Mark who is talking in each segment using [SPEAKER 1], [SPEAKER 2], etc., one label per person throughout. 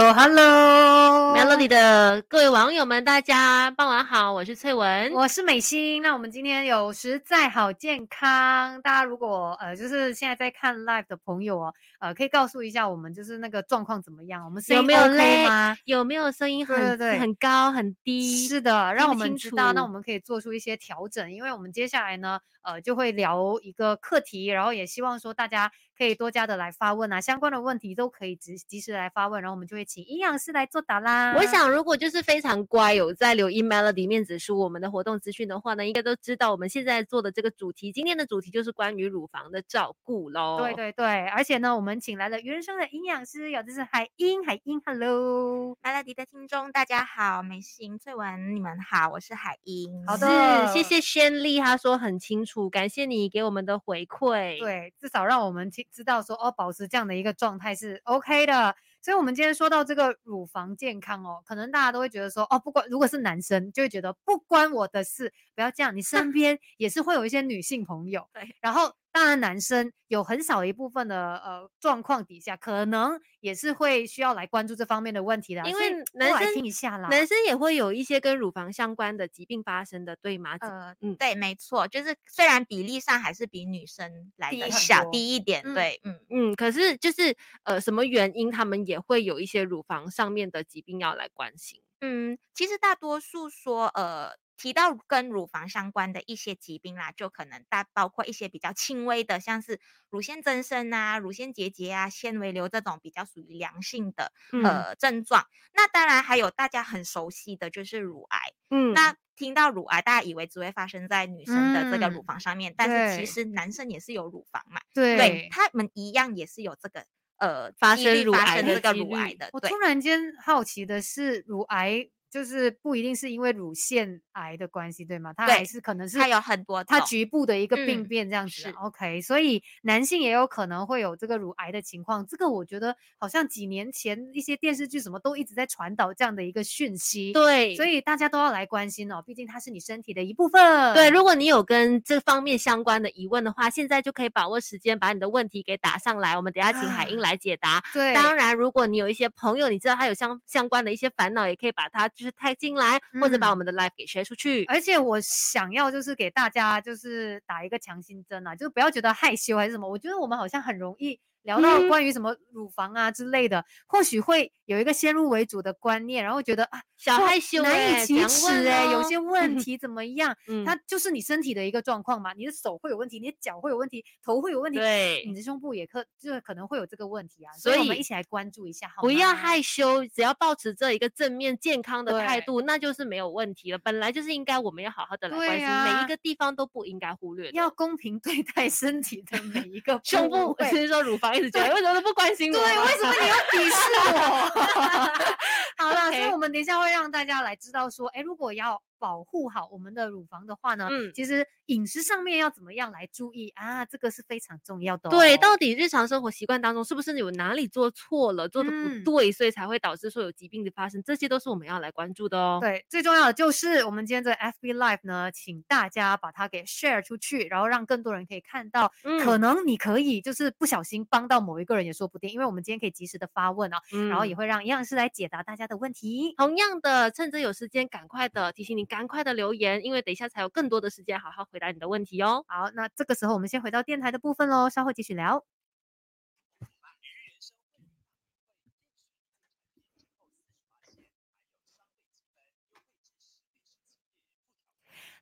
[SPEAKER 1] Hello，Hello，
[SPEAKER 2] Melody 的各位网友们，大家傍晚好，我是翠文。
[SPEAKER 1] 我是美心。那我们今天有实在好健康，大家如果呃就是现在在看 live 的朋友哦，呃可以告诉一下我们就是那个状况怎么样，我们声
[SPEAKER 2] 有
[SPEAKER 1] 音
[SPEAKER 2] 没有
[SPEAKER 1] OK
[SPEAKER 2] 嘞
[SPEAKER 1] 吗？
[SPEAKER 2] 有没有声音很
[SPEAKER 1] 对对对
[SPEAKER 2] 很高很低？
[SPEAKER 1] 是的，让
[SPEAKER 2] 不
[SPEAKER 1] 我们
[SPEAKER 2] 清
[SPEAKER 1] 知道，那
[SPEAKER 2] 楚
[SPEAKER 1] 我们可以做出一些调整，因为我们接下来呢，呃，就会聊一个课题，然后也希望说大家可以多加的来发问啊，相关的问题都可以及及时来发问，然后我们就会请营养师来作答啦。
[SPEAKER 2] 我想，如果就是非常乖，有在留 Melody 面子书我们的活动资讯的话呢，应该都知道我们现在做的这个主题，今天的主题就是关于乳房的照顾喽。
[SPEAKER 1] 对对对，而且呢，我们请来了原生的营养师，有的是海英，海英，Hello。
[SPEAKER 3] Melody 的听众，大家好，美心、翠文，你们好，我是海英。
[SPEAKER 1] 好的
[SPEAKER 2] 是，谢谢先丽，她说很清楚，感谢你给我们的回馈。，
[SPEAKER 1] 对，至少让我们知知道说，哦，保持这样的一个状态是 OK 的。所以，我们今天说到这个乳房健康哦，可能大家都会觉得说，哦，不关，如果是男生就会觉得不关我的事，不要这样。你 身边也是会有一些女性朋友，
[SPEAKER 3] 对。
[SPEAKER 1] 然后，当然男生有很少一部分的呃状况底下，可能也是会需要来关注这方面的问题的啊。
[SPEAKER 2] 因
[SPEAKER 1] 所以
[SPEAKER 2] 为
[SPEAKER 1] 多
[SPEAKER 2] 男
[SPEAKER 1] 来
[SPEAKER 2] 生
[SPEAKER 1] 听一下啦，
[SPEAKER 2] 男生也会有一些跟乳房相关的疾病发生的，对吗？
[SPEAKER 3] 呃，
[SPEAKER 2] 嗯
[SPEAKER 3] 对，没错，就是虽然比例上还是比女生来
[SPEAKER 1] 低
[SPEAKER 3] 的
[SPEAKER 1] 很
[SPEAKER 3] 小
[SPEAKER 1] 多
[SPEAKER 3] 低一点，
[SPEAKER 1] 嗯
[SPEAKER 3] 对，嗯，
[SPEAKER 2] 嗯，可是就是呃，什么原因他们也会有一些乳房上面的疾病要来关心？
[SPEAKER 3] 嗯，其实大多数说，呃，提到跟乳房相关的一些疾病啦，就可能大包括一些比较轻微的，像是乳腺增生啊、乳腺结节啊、纤维瘤这种比较属于良性的
[SPEAKER 2] 嗯
[SPEAKER 3] 呃症状。那当然还有大家很熟悉的就是乳癌。
[SPEAKER 2] 嗯
[SPEAKER 3] 那听到乳癌，大家以为只会发生在女生的这个乳
[SPEAKER 1] 嗯
[SPEAKER 3] 房上面，但是
[SPEAKER 1] 对
[SPEAKER 3] 其实男生也是有乳房嘛，
[SPEAKER 1] 对
[SPEAKER 3] 他们一样也是有这个呃
[SPEAKER 2] 发
[SPEAKER 3] 几
[SPEAKER 2] 生
[SPEAKER 3] 率
[SPEAKER 2] 乳
[SPEAKER 3] 发
[SPEAKER 2] 癌
[SPEAKER 3] 生
[SPEAKER 2] 的
[SPEAKER 3] 这个
[SPEAKER 2] 几
[SPEAKER 3] 乳癌
[SPEAKER 2] 率
[SPEAKER 3] 的，
[SPEAKER 1] 我
[SPEAKER 3] 对
[SPEAKER 1] 突。然间好奇的是，乳癌就是不一定是因为乳腺癌的关系，对吗？它还
[SPEAKER 3] 对
[SPEAKER 1] 是可能是
[SPEAKER 3] 它有很多
[SPEAKER 1] 它
[SPEAKER 3] 种
[SPEAKER 1] 局部的一个病
[SPEAKER 3] 嗯
[SPEAKER 1] 变这样子啊、
[SPEAKER 3] 是
[SPEAKER 1] OK，所以男性也有可能会有这个乳癌的情况。这个我觉得好像几年前一些电视剧什么都一直在传导这样的一个讯息，
[SPEAKER 2] 对，
[SPEAKER 1] 所以大家都要来关心哦，毕竟它是你身体的一部分。
[SPEAKER 2] 对，如果你有跟这方面相关的疑问的话，现在就可以把握时间把你的问题给打上来，我们等一下请海英来解答。
[SPEAKER 1] 啊对，
[SPEAKER 2] 当然，如果你有一些朋友，你知道他有相相关的一些烦恼，也可以把它就是 tag 进来，或者把我
[SPEAKER 1] 嗯哎
[SPEAKER 2] 们的 live 给 share 出去。
[SPEAKER 1] 而且我想要就是给大家就是打一个强心针啊，就是不要觉得害羞还是什么。我觉得我们好像很容易聊到
[SPEAKER 2] 嗯
[SPEAKER 1] 关于什么乳房啊之类的，或许会有一个先入为主的观念，然后觉得啊，
[SPEAKER 2] 小
[SPEAKER 1] 或
[SPEAKER 2] 害羞
[SPEAKER 1] 难
[SPEAKER 2] 欸
[SPEAKER 1] 以
[SPEAKER 2] 怎
[SPEAKER 1] 启
[SPEAKER 2] 样问
[SPEAKER 1] 齿哎、有
[SPEAKER 2] 哦
[SPEAKER 1] 些问题怎么样？
[SPEAKER 2] 嗯
[SPEAKER 1] 它就是你身体的一个状况嘛，你的手会有问题，你的脚会有问题，头会有问题。
[SPEAKER 2] 对
[SPEAKER 1] 你的胸部也可就是可能会有这个问题啊，
[SPEAKER 2] 所
[SPEAKER 1] 所以我们
[SPEAKER 2] 以
[SPEAKER 1] 一起来关注一下，好
[SPEAKER 2] 不要
[SPEAKER 1] 吗
[SPEAKER 2] 害羞，只要保持这一个正面健康的态
[SPEAKER 1] 对
[SPEAKER 2] 度，那就是没有问题了。本来就是应该我们要好好的来
[SPEAKER 1] 对
[SPEAKER 2] 关心，每
[SPEAKER 1] 呀
[SPEAKER 2] 一个地方都不应该忽略的。
[SPEAKER 1] 要公平对待身体的每一个
[SPEAKER 2] 胸
[SPEAKER 1] 部
[SPEAKER 2] 部，
[SPEAKER 1] 位
[SPEAKER 2] 其实说乳房一直觉得为什么都不关心我？啊
[SPEAKER 1] 对，为什么你要鄙视我？ 好啦，所以
[SPEAKER 2] OK
[SPEAKER 1] 我们等一下会让大家来知道说，哎，如果要保护好我们的乳房的话呢，
[SPEAKER 2] 嗯
[SPEAKER 1] 其实饮食上面要怎么样来注意啊？这个是非常重要的哦、
[SPEAKER 2] 对，到底日常生活习惯当中是不是有哪里做错了，做的
[SPEAKER 1] 嗯
[SPEAKER 2] 不对，所以才会导致说有疾病的发生？这些都是我们要来关注的哦。
[SPEAKER 1] 对，最重要的就是我们今天这个 FB Live 呢，请大家把它给 share 出去，然后让更多人可以看到。可
[SPEAKER 2] 嗯，
[SPEAKER 1] 能你可以就是不小心帮到某一个人也说不定，因为我们今天可以及时的发问啊，
[SPEAKER 2] 嗯
[SPEAKER 1] 然后也会让营养师来解答大家的问题。
[SPEAKER 2] 同样的，趁着有时间，赶快的提醒你，赶快的留言，因为等一下才有更多的时间好好回答你的问题哦。
[SPEAKER 1] 好，那这个时候我们先回到电台的部分喽，稍后继续聊。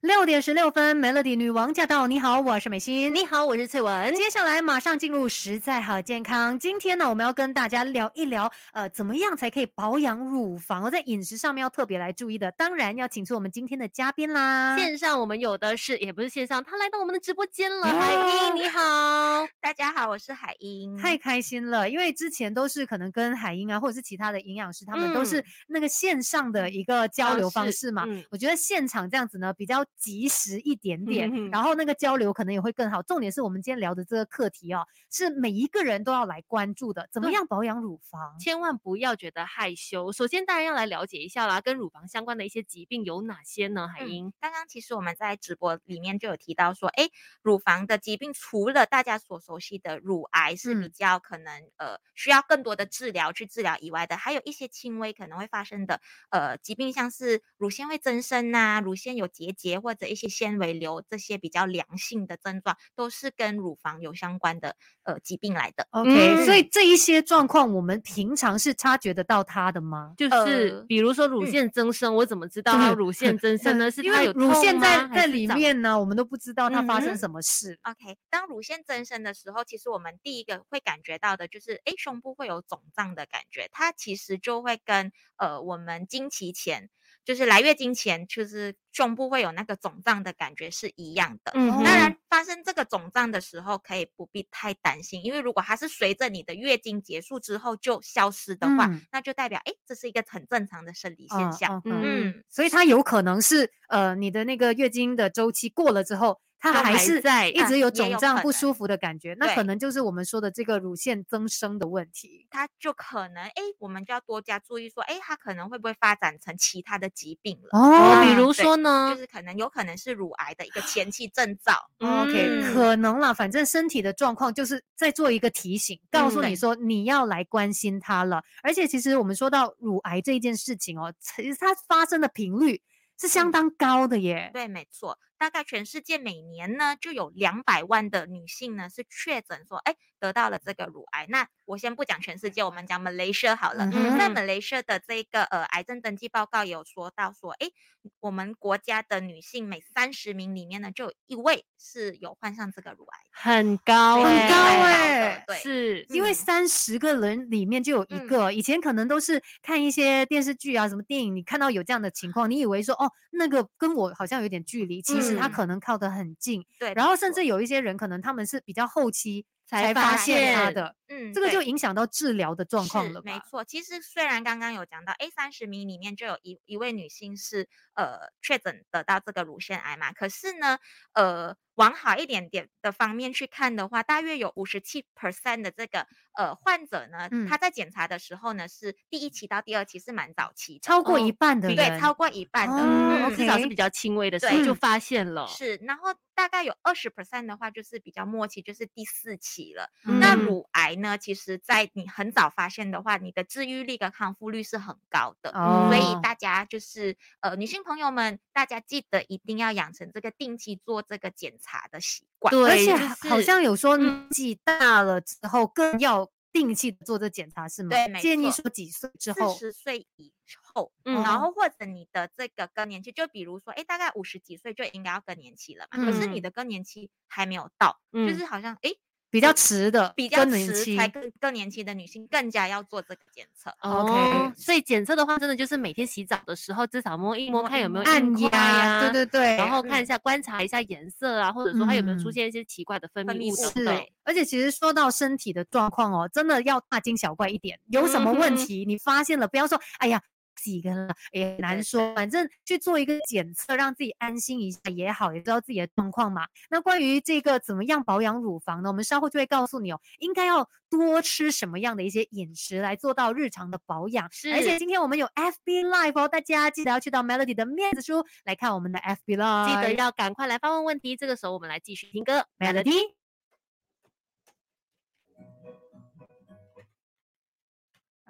[SPEAKER 1] 六点十六分，Melody 女王驾到！你好，我是美心。
[SPEAKER 2] 你好，我是翠文。
[SPEAKER 1] 接下来马上进入实在好健康。今天呢，我们要跟大家聊一聊，呃，怎么样才可以保养乳房哦，在饮食上面要特别来注意的。当然要请出我们今天的嘉宾啦。
[SPEAKER 2] 线上我们有的是，也不是线上，他来到我们的直播间了。海
[SPEAKER 1] 哟
[SPEAKER 2] 英，你
[SPEAKER 1] 啊
[SPEAKER 2] 好。
[SPEAKER 3] 大家好，我是海英。
[SPEAKER 1] 太
[SPEAKER 2] 嗯
[SPEAKER 1] 开心了，因为之前都是可能跟海英啊，或者是其他的营养师，他们都是
[SPEAKER 2] 嗯
[SPEAKER 1] 那个线上的一个交流方式嘛。
[SPEAKER 2] 嗯
[SPEAKER 1] 我觉得现场这样子呢，比较及时一点点，
[SPEAKER 2] 嗯哼
[SPEAKER 1] 然后那个交流可能也会更好。重点是我们今天聊的这个课题哦，是每一个人都要来关注的，怎么
[SPEAKER 2] 对
[SPEAKER 1] 样保养乳房？
[SPEAKER 2] 千万不要觉得害羞。首先，当然要来了解一下啦，跟乳房相关的一些疾病有哪些呢？海
[SPEAKER 3] 嗯
[SPEAKER 2] 英，
[SPEAKER 3] 刚刚其实我们在直播里面就有提到说，哎，乳房的疾病除了大家所熟悉的乳癌是比
[SPEAKER 1] 嗯
[SPEAKER 3] 较可能、呃需要更多的治疗去治疗以外的，还有一些轻微可能会发生的呃疾病，像是乳腺会增生呐、乳腺有结节或者一些纤维瘤这些比较良性的症状，都是跟乳房有相关的呃疾病来的。
[SPEAKER 1] OK，、所
[SPEAKER 2] 嗯
[SPEAKER 1] 以这一些状况，我们平常是察觉得到它的吗？
[SPEAKER 2] 就是
[SPEAKER 3] 呃
[SPEAKER 2] 比如说乳
[SPEAKER 3] 嗯
[SPEAKER 2] 腺增生，我怎么知道它
[SPEAKER 1] 对
[SPEAKER 2] 乳腺增生呢？是
[SPEAKER 1] 嗯因
[SPEAKER 2] 它
[SPEAKER 1] 为
[SPEAKER 2] 有
[SPEAKER 1] 乳腺
[SPEAKER 2] 痛
[SPEAKER 1] 在
[SPEAKER 2] 吗还
[SPEAKER 1] 在
[SPEAKER 2] 是
[SPEAKER 1] 里
[SPEAKER 2] 长
[SPEAKER 1] 面呢，我们都不知道它发
[SPEAKER 3] 嗯
[SPEAKER 1] 生什么事。
[SPEAKER 3] OK，当乳腺增生的时候，其实我们第一个会感觉到的就是，诶，胸部会有肿胀的感觉，它其实就会跟呃我们经期前，就是来月经前，就是胸部会有那个肿胀的感觉是一样的。
[SPEAKER 2] 嗯
[SPEAKER 1] 哦
[SPEAKER 2] 哼，
[SPEAKER 3] 当然，发生这个肿胀的时候，可以不必太担心，因为如果它是随着你的月经结束之后就消失的话，
[SPEAKER 1] 嗯
[SPEAKER 3] 那就代表诶，这是一个很正常的生理现
[SPEAKER 1] 嗯
[SPEAKER 3] 象。
[SPEAKER 1] 嗯嗯
[SPEAKER 2] 嗯
[SPEAKER 3] 嗯
[SPEAKER 1] 所以它有可能是呃你的那个月经的周期过了之后，它
[SPEAKER 2] 它
[SPEAKER 1] 还
[SPEAKER 2] 还
[SPEAKER 1] 是
[SPEAKER 2] 在
[SPEAKER 1] 一
[SPEAKER 3] 啊
[SPEAKER 1] 直有
[SPEAKER 3] 也
[SPEAKER 1] 肿
[SPEAKER 3] 有
[SPEAKER 1] 胀
[SPEAKER 3] 可
[SPEAKER 1] 不
[SPEAKER 3] 能
[SPEAKER 1] 舒服的感觉，那可
[SPEAKER 3] 对
[SPEAKER 1] 能就是我们说的这个乳腺增生的问题。
[SPEAKER 3] 它就可能诶，我们就要多加注意说，诶，它可能会不会发展成其他的疾病了？
[SPEAKER 2] 哦，比
[SPEAKER 1] 嗯
[SPEAKER 3] 啊
[SPEAKER 2] 如
[SPEAKER 3] 对
[SPEAKER 2] 说呢
[SPEAKER 3] 就，是可能有可能是乳癌的一个前期征
[SPEAKER 1] 嗯
[SPEAKER 3] 兆。
[SPEAKER 1] OK，
[SPEAKER 2] 嗯
[SPEAKER 1] 可能啦，反正身体的状况就是在做一个提醒，告诉
[SPEAKER 3] 嗯
[SPEAKER 1] 你说你要来关心它了。而且其实我们说到乳癌这一件事情哦，其实它发生的频率是相
[SPEAKER 3] 嗯
[SPEAKER 1] 当高的耶。
[SPEAKER 3] 对，没错，大概全世界每年呢就有两百万的女性呢是确诊说，哎，得到了这个乳癌。那我先不讲全世界，我们讲 Malaysia 好了。
[SPEAKER 1] 嗯
[SPEAKER 3] 在
[SPEAKER 2] 哼
[SPEAKER 3] Malaysia 的这个呃癌症登记报告有说到说，哎，我们国家的女性每三十名里面呢就有一位是有患上这个乳癌的，
[SPEAKER 2] 很高
[SPEAKER 3] 所以
[SPEAKER 1] 很
[SPEAKER 3] 是
[SPEAKER 2] 欸
[SPEAKER 1] 高
[SPEAKER 3] 蛮
[SPEAKER 1] 欸
[SPEAKER 3] 的
[SPEAKER 1] 欸
[SPEAKER 3] 对，
[SPEAKER 2] 是
[SPEAKER 1] 因为
[SPEAKER 3] 嗯
[SPEAKER 1] 三十个人里面就有一
[SPEAKER 3] 嗯
[SPEAKER 1] 个，以前可能都是看一些电视剧啊、什么电影，你看到有这样的情况，你以为说哦，那个跟我好像有点距离，其实他
[SPEAKER 3] 嗯
[SPEAKER 1] 可能靠得很近。
[SPEAKER 3] 对，
[SPEAKER 1] 然
[SPEAKER 3] 没
[SPEAKER 1] 后甚
[SPEAKER 3] 错
[SPEAKER 1] 至有一些人可能他们是比较后期
[SPEAKER 2] 才
[SPEAKER 1] 才
[SPEAKER 2] 发
[SPEAKER 1] 发现他
[SPEAKER 2] 现
[SPEAKER 1] 的，
[SPEAKER 3] 嗯，
[SPEAKER 1] 这个
[SPEAKER 3] 对
[SPEAKER 1] 就影响到治疗的状况
[SPEAKER 3] 是
[SPEAKER 1] 了
[SPEAKER 3] 没
[SPEAKER 1] 吧？
[SPEAKER 3] 错，其实虽然刚刚有讲到，A 三十名里面就有一一位女性是呃确诊得到这个乳腺癌嘛，可是呢，呃，往好一点点的方面去看的话，大约有五十七 percent 的这个呃患者呢，
[SPEAKER 1] 嗯
[SPEAKER 3] 他在检查的时候呢是第一期到第二期是蛮早期的，
[SPEAKER 1] 超过一
[SPEAKER 2] 哦
[SPEAKER 1] 半的人，
[SPEAKER 3] 对超过一半的，
[SPEAKER 1] 哦
[SPEAKER 3] 嗯
[SPEAKER 2] 至少是
[SPEAKER 1] OK
[SPEAKER 2] 比较轻微的，所以
[SPEAKER 1] 对嗯
[SPEAKER 2] 就发现了。
[SPEAKER 3] 是，然后大概有二十 percent 的话，就是比较末期，就是第四期了。那
[SPEAKER 2] 嗯
[SPEAKER 3] 乳癌呢，其实在你很早发现的话，你的治愈率跟康复率是很高的。
[SPEAKER 1] 哦，
[SPEAKER 3] 嗯所以大家就是呃，女性朋友们，大家记得一定要养成这个定期做这个检查的习惯。
[SPEAKER 1] 而
[SPEAKER 2] 对，
[SPEAKER 1] 且
[SPEAKER 2] 就
[SPEAKER 1] 好好
[SPEAKER 2] 是
[SPEAKER 1] 像有说
[SPEAKER 2] 嗯
[SPEAKER 1] 年纪大了之后更要定期地做这检查是吗？
[SPEAKER 3] 对没
[SPEAKER 1] 建议
[SPEAKER 3] 错
[SPEAKER 1] 说几岁之
[SPEAKER 3] 四
[SPEAKER 1] 后，
[SPEAKER 3] 十岁以后，
[SPEAKER 2] 嗯
[SPEAKER 3] 然后或者你的这个更年期，就比如说，哎，大概五十几岁就应该要更年期了嘛，可是你
[SPEAKER 2] 嗯
[SPEAKER 3] 的更年期还没有到，
[SPEAKER 2] 嗯
[SPEAKER 3] 就是好像哎。诶
[SPEAKER 1] 比较迟的，
[SPEAKER 3] 比较
[SPEAKER 1] 更年
[SPEAKER 3] 迟
[SPEAKER 1] 期
[SPEAKER 3] 才更更年期的女性更加要做这个检测。
[SPEAKER 1] OK
[SPEAKER 2] 哦，所以检测的话，真的就是每天洗澡的时候，至少摸一摸，
[SPEAKER 3] 摸
[SPEAKER 2] 看
[SPEAKER 3] 一
[SPEAKER 2] 有没有
[SPEAKER 3] 摸
[SPEAKER 2] 硬
[SPEAKER 1] 按
[SPEAKER 2] 块
[SPEAKER 1] 压，
[SPEAKER 2] 呀
[SPEAKER 1] 对对对，
[SPEAKER 2] 然后看一
[SPEAKER 3] 嗯
[SPEAKER 2] 下，观察一下颜色啊，或者说它有没有出
[SPEAKER 1] 嗯
[SPEAKER 2] 现一些奇怪的分
[SPEAKER 3] 分
[SPEAKER 2] 泌
[SPEAKER 3] 泌
[SPEAKER 2] 物
[SPEAKER 3] 物
[SPEAKER 2] 等等
[SPEAKER 1] 是。，而且其实说到身体的状况哦，真的要大惊小怪一点。有什么
[SPEAKER 2] 嗯
[SPEAKER 1] 问
[SPEAKER 2] 哼
[SPEAKER 1] 题，你发现了，不要说哎呀几个了也难
[SPEAKER 3] 对
[SPEAKER 1] 说，反正去做一个检测，让自己安心一下也好，也知道自己的状况嘛。那关于这个怎么样保养乳房呢？我们稍后就会告诉你哦，应该要多吃什么样的一些饮食来做到日常的保养。而且
[SPEAKER 2] 是
[SPEAKER 1] 今天我们有 FB Live 哦，大家记得要去到 Melody 的面子书来看我们的 FB Live，
[SPEAKER 2] 记得要赶快来发问问题。这个时候，我们来继续听歌。
[SPEAKER 1] Melody。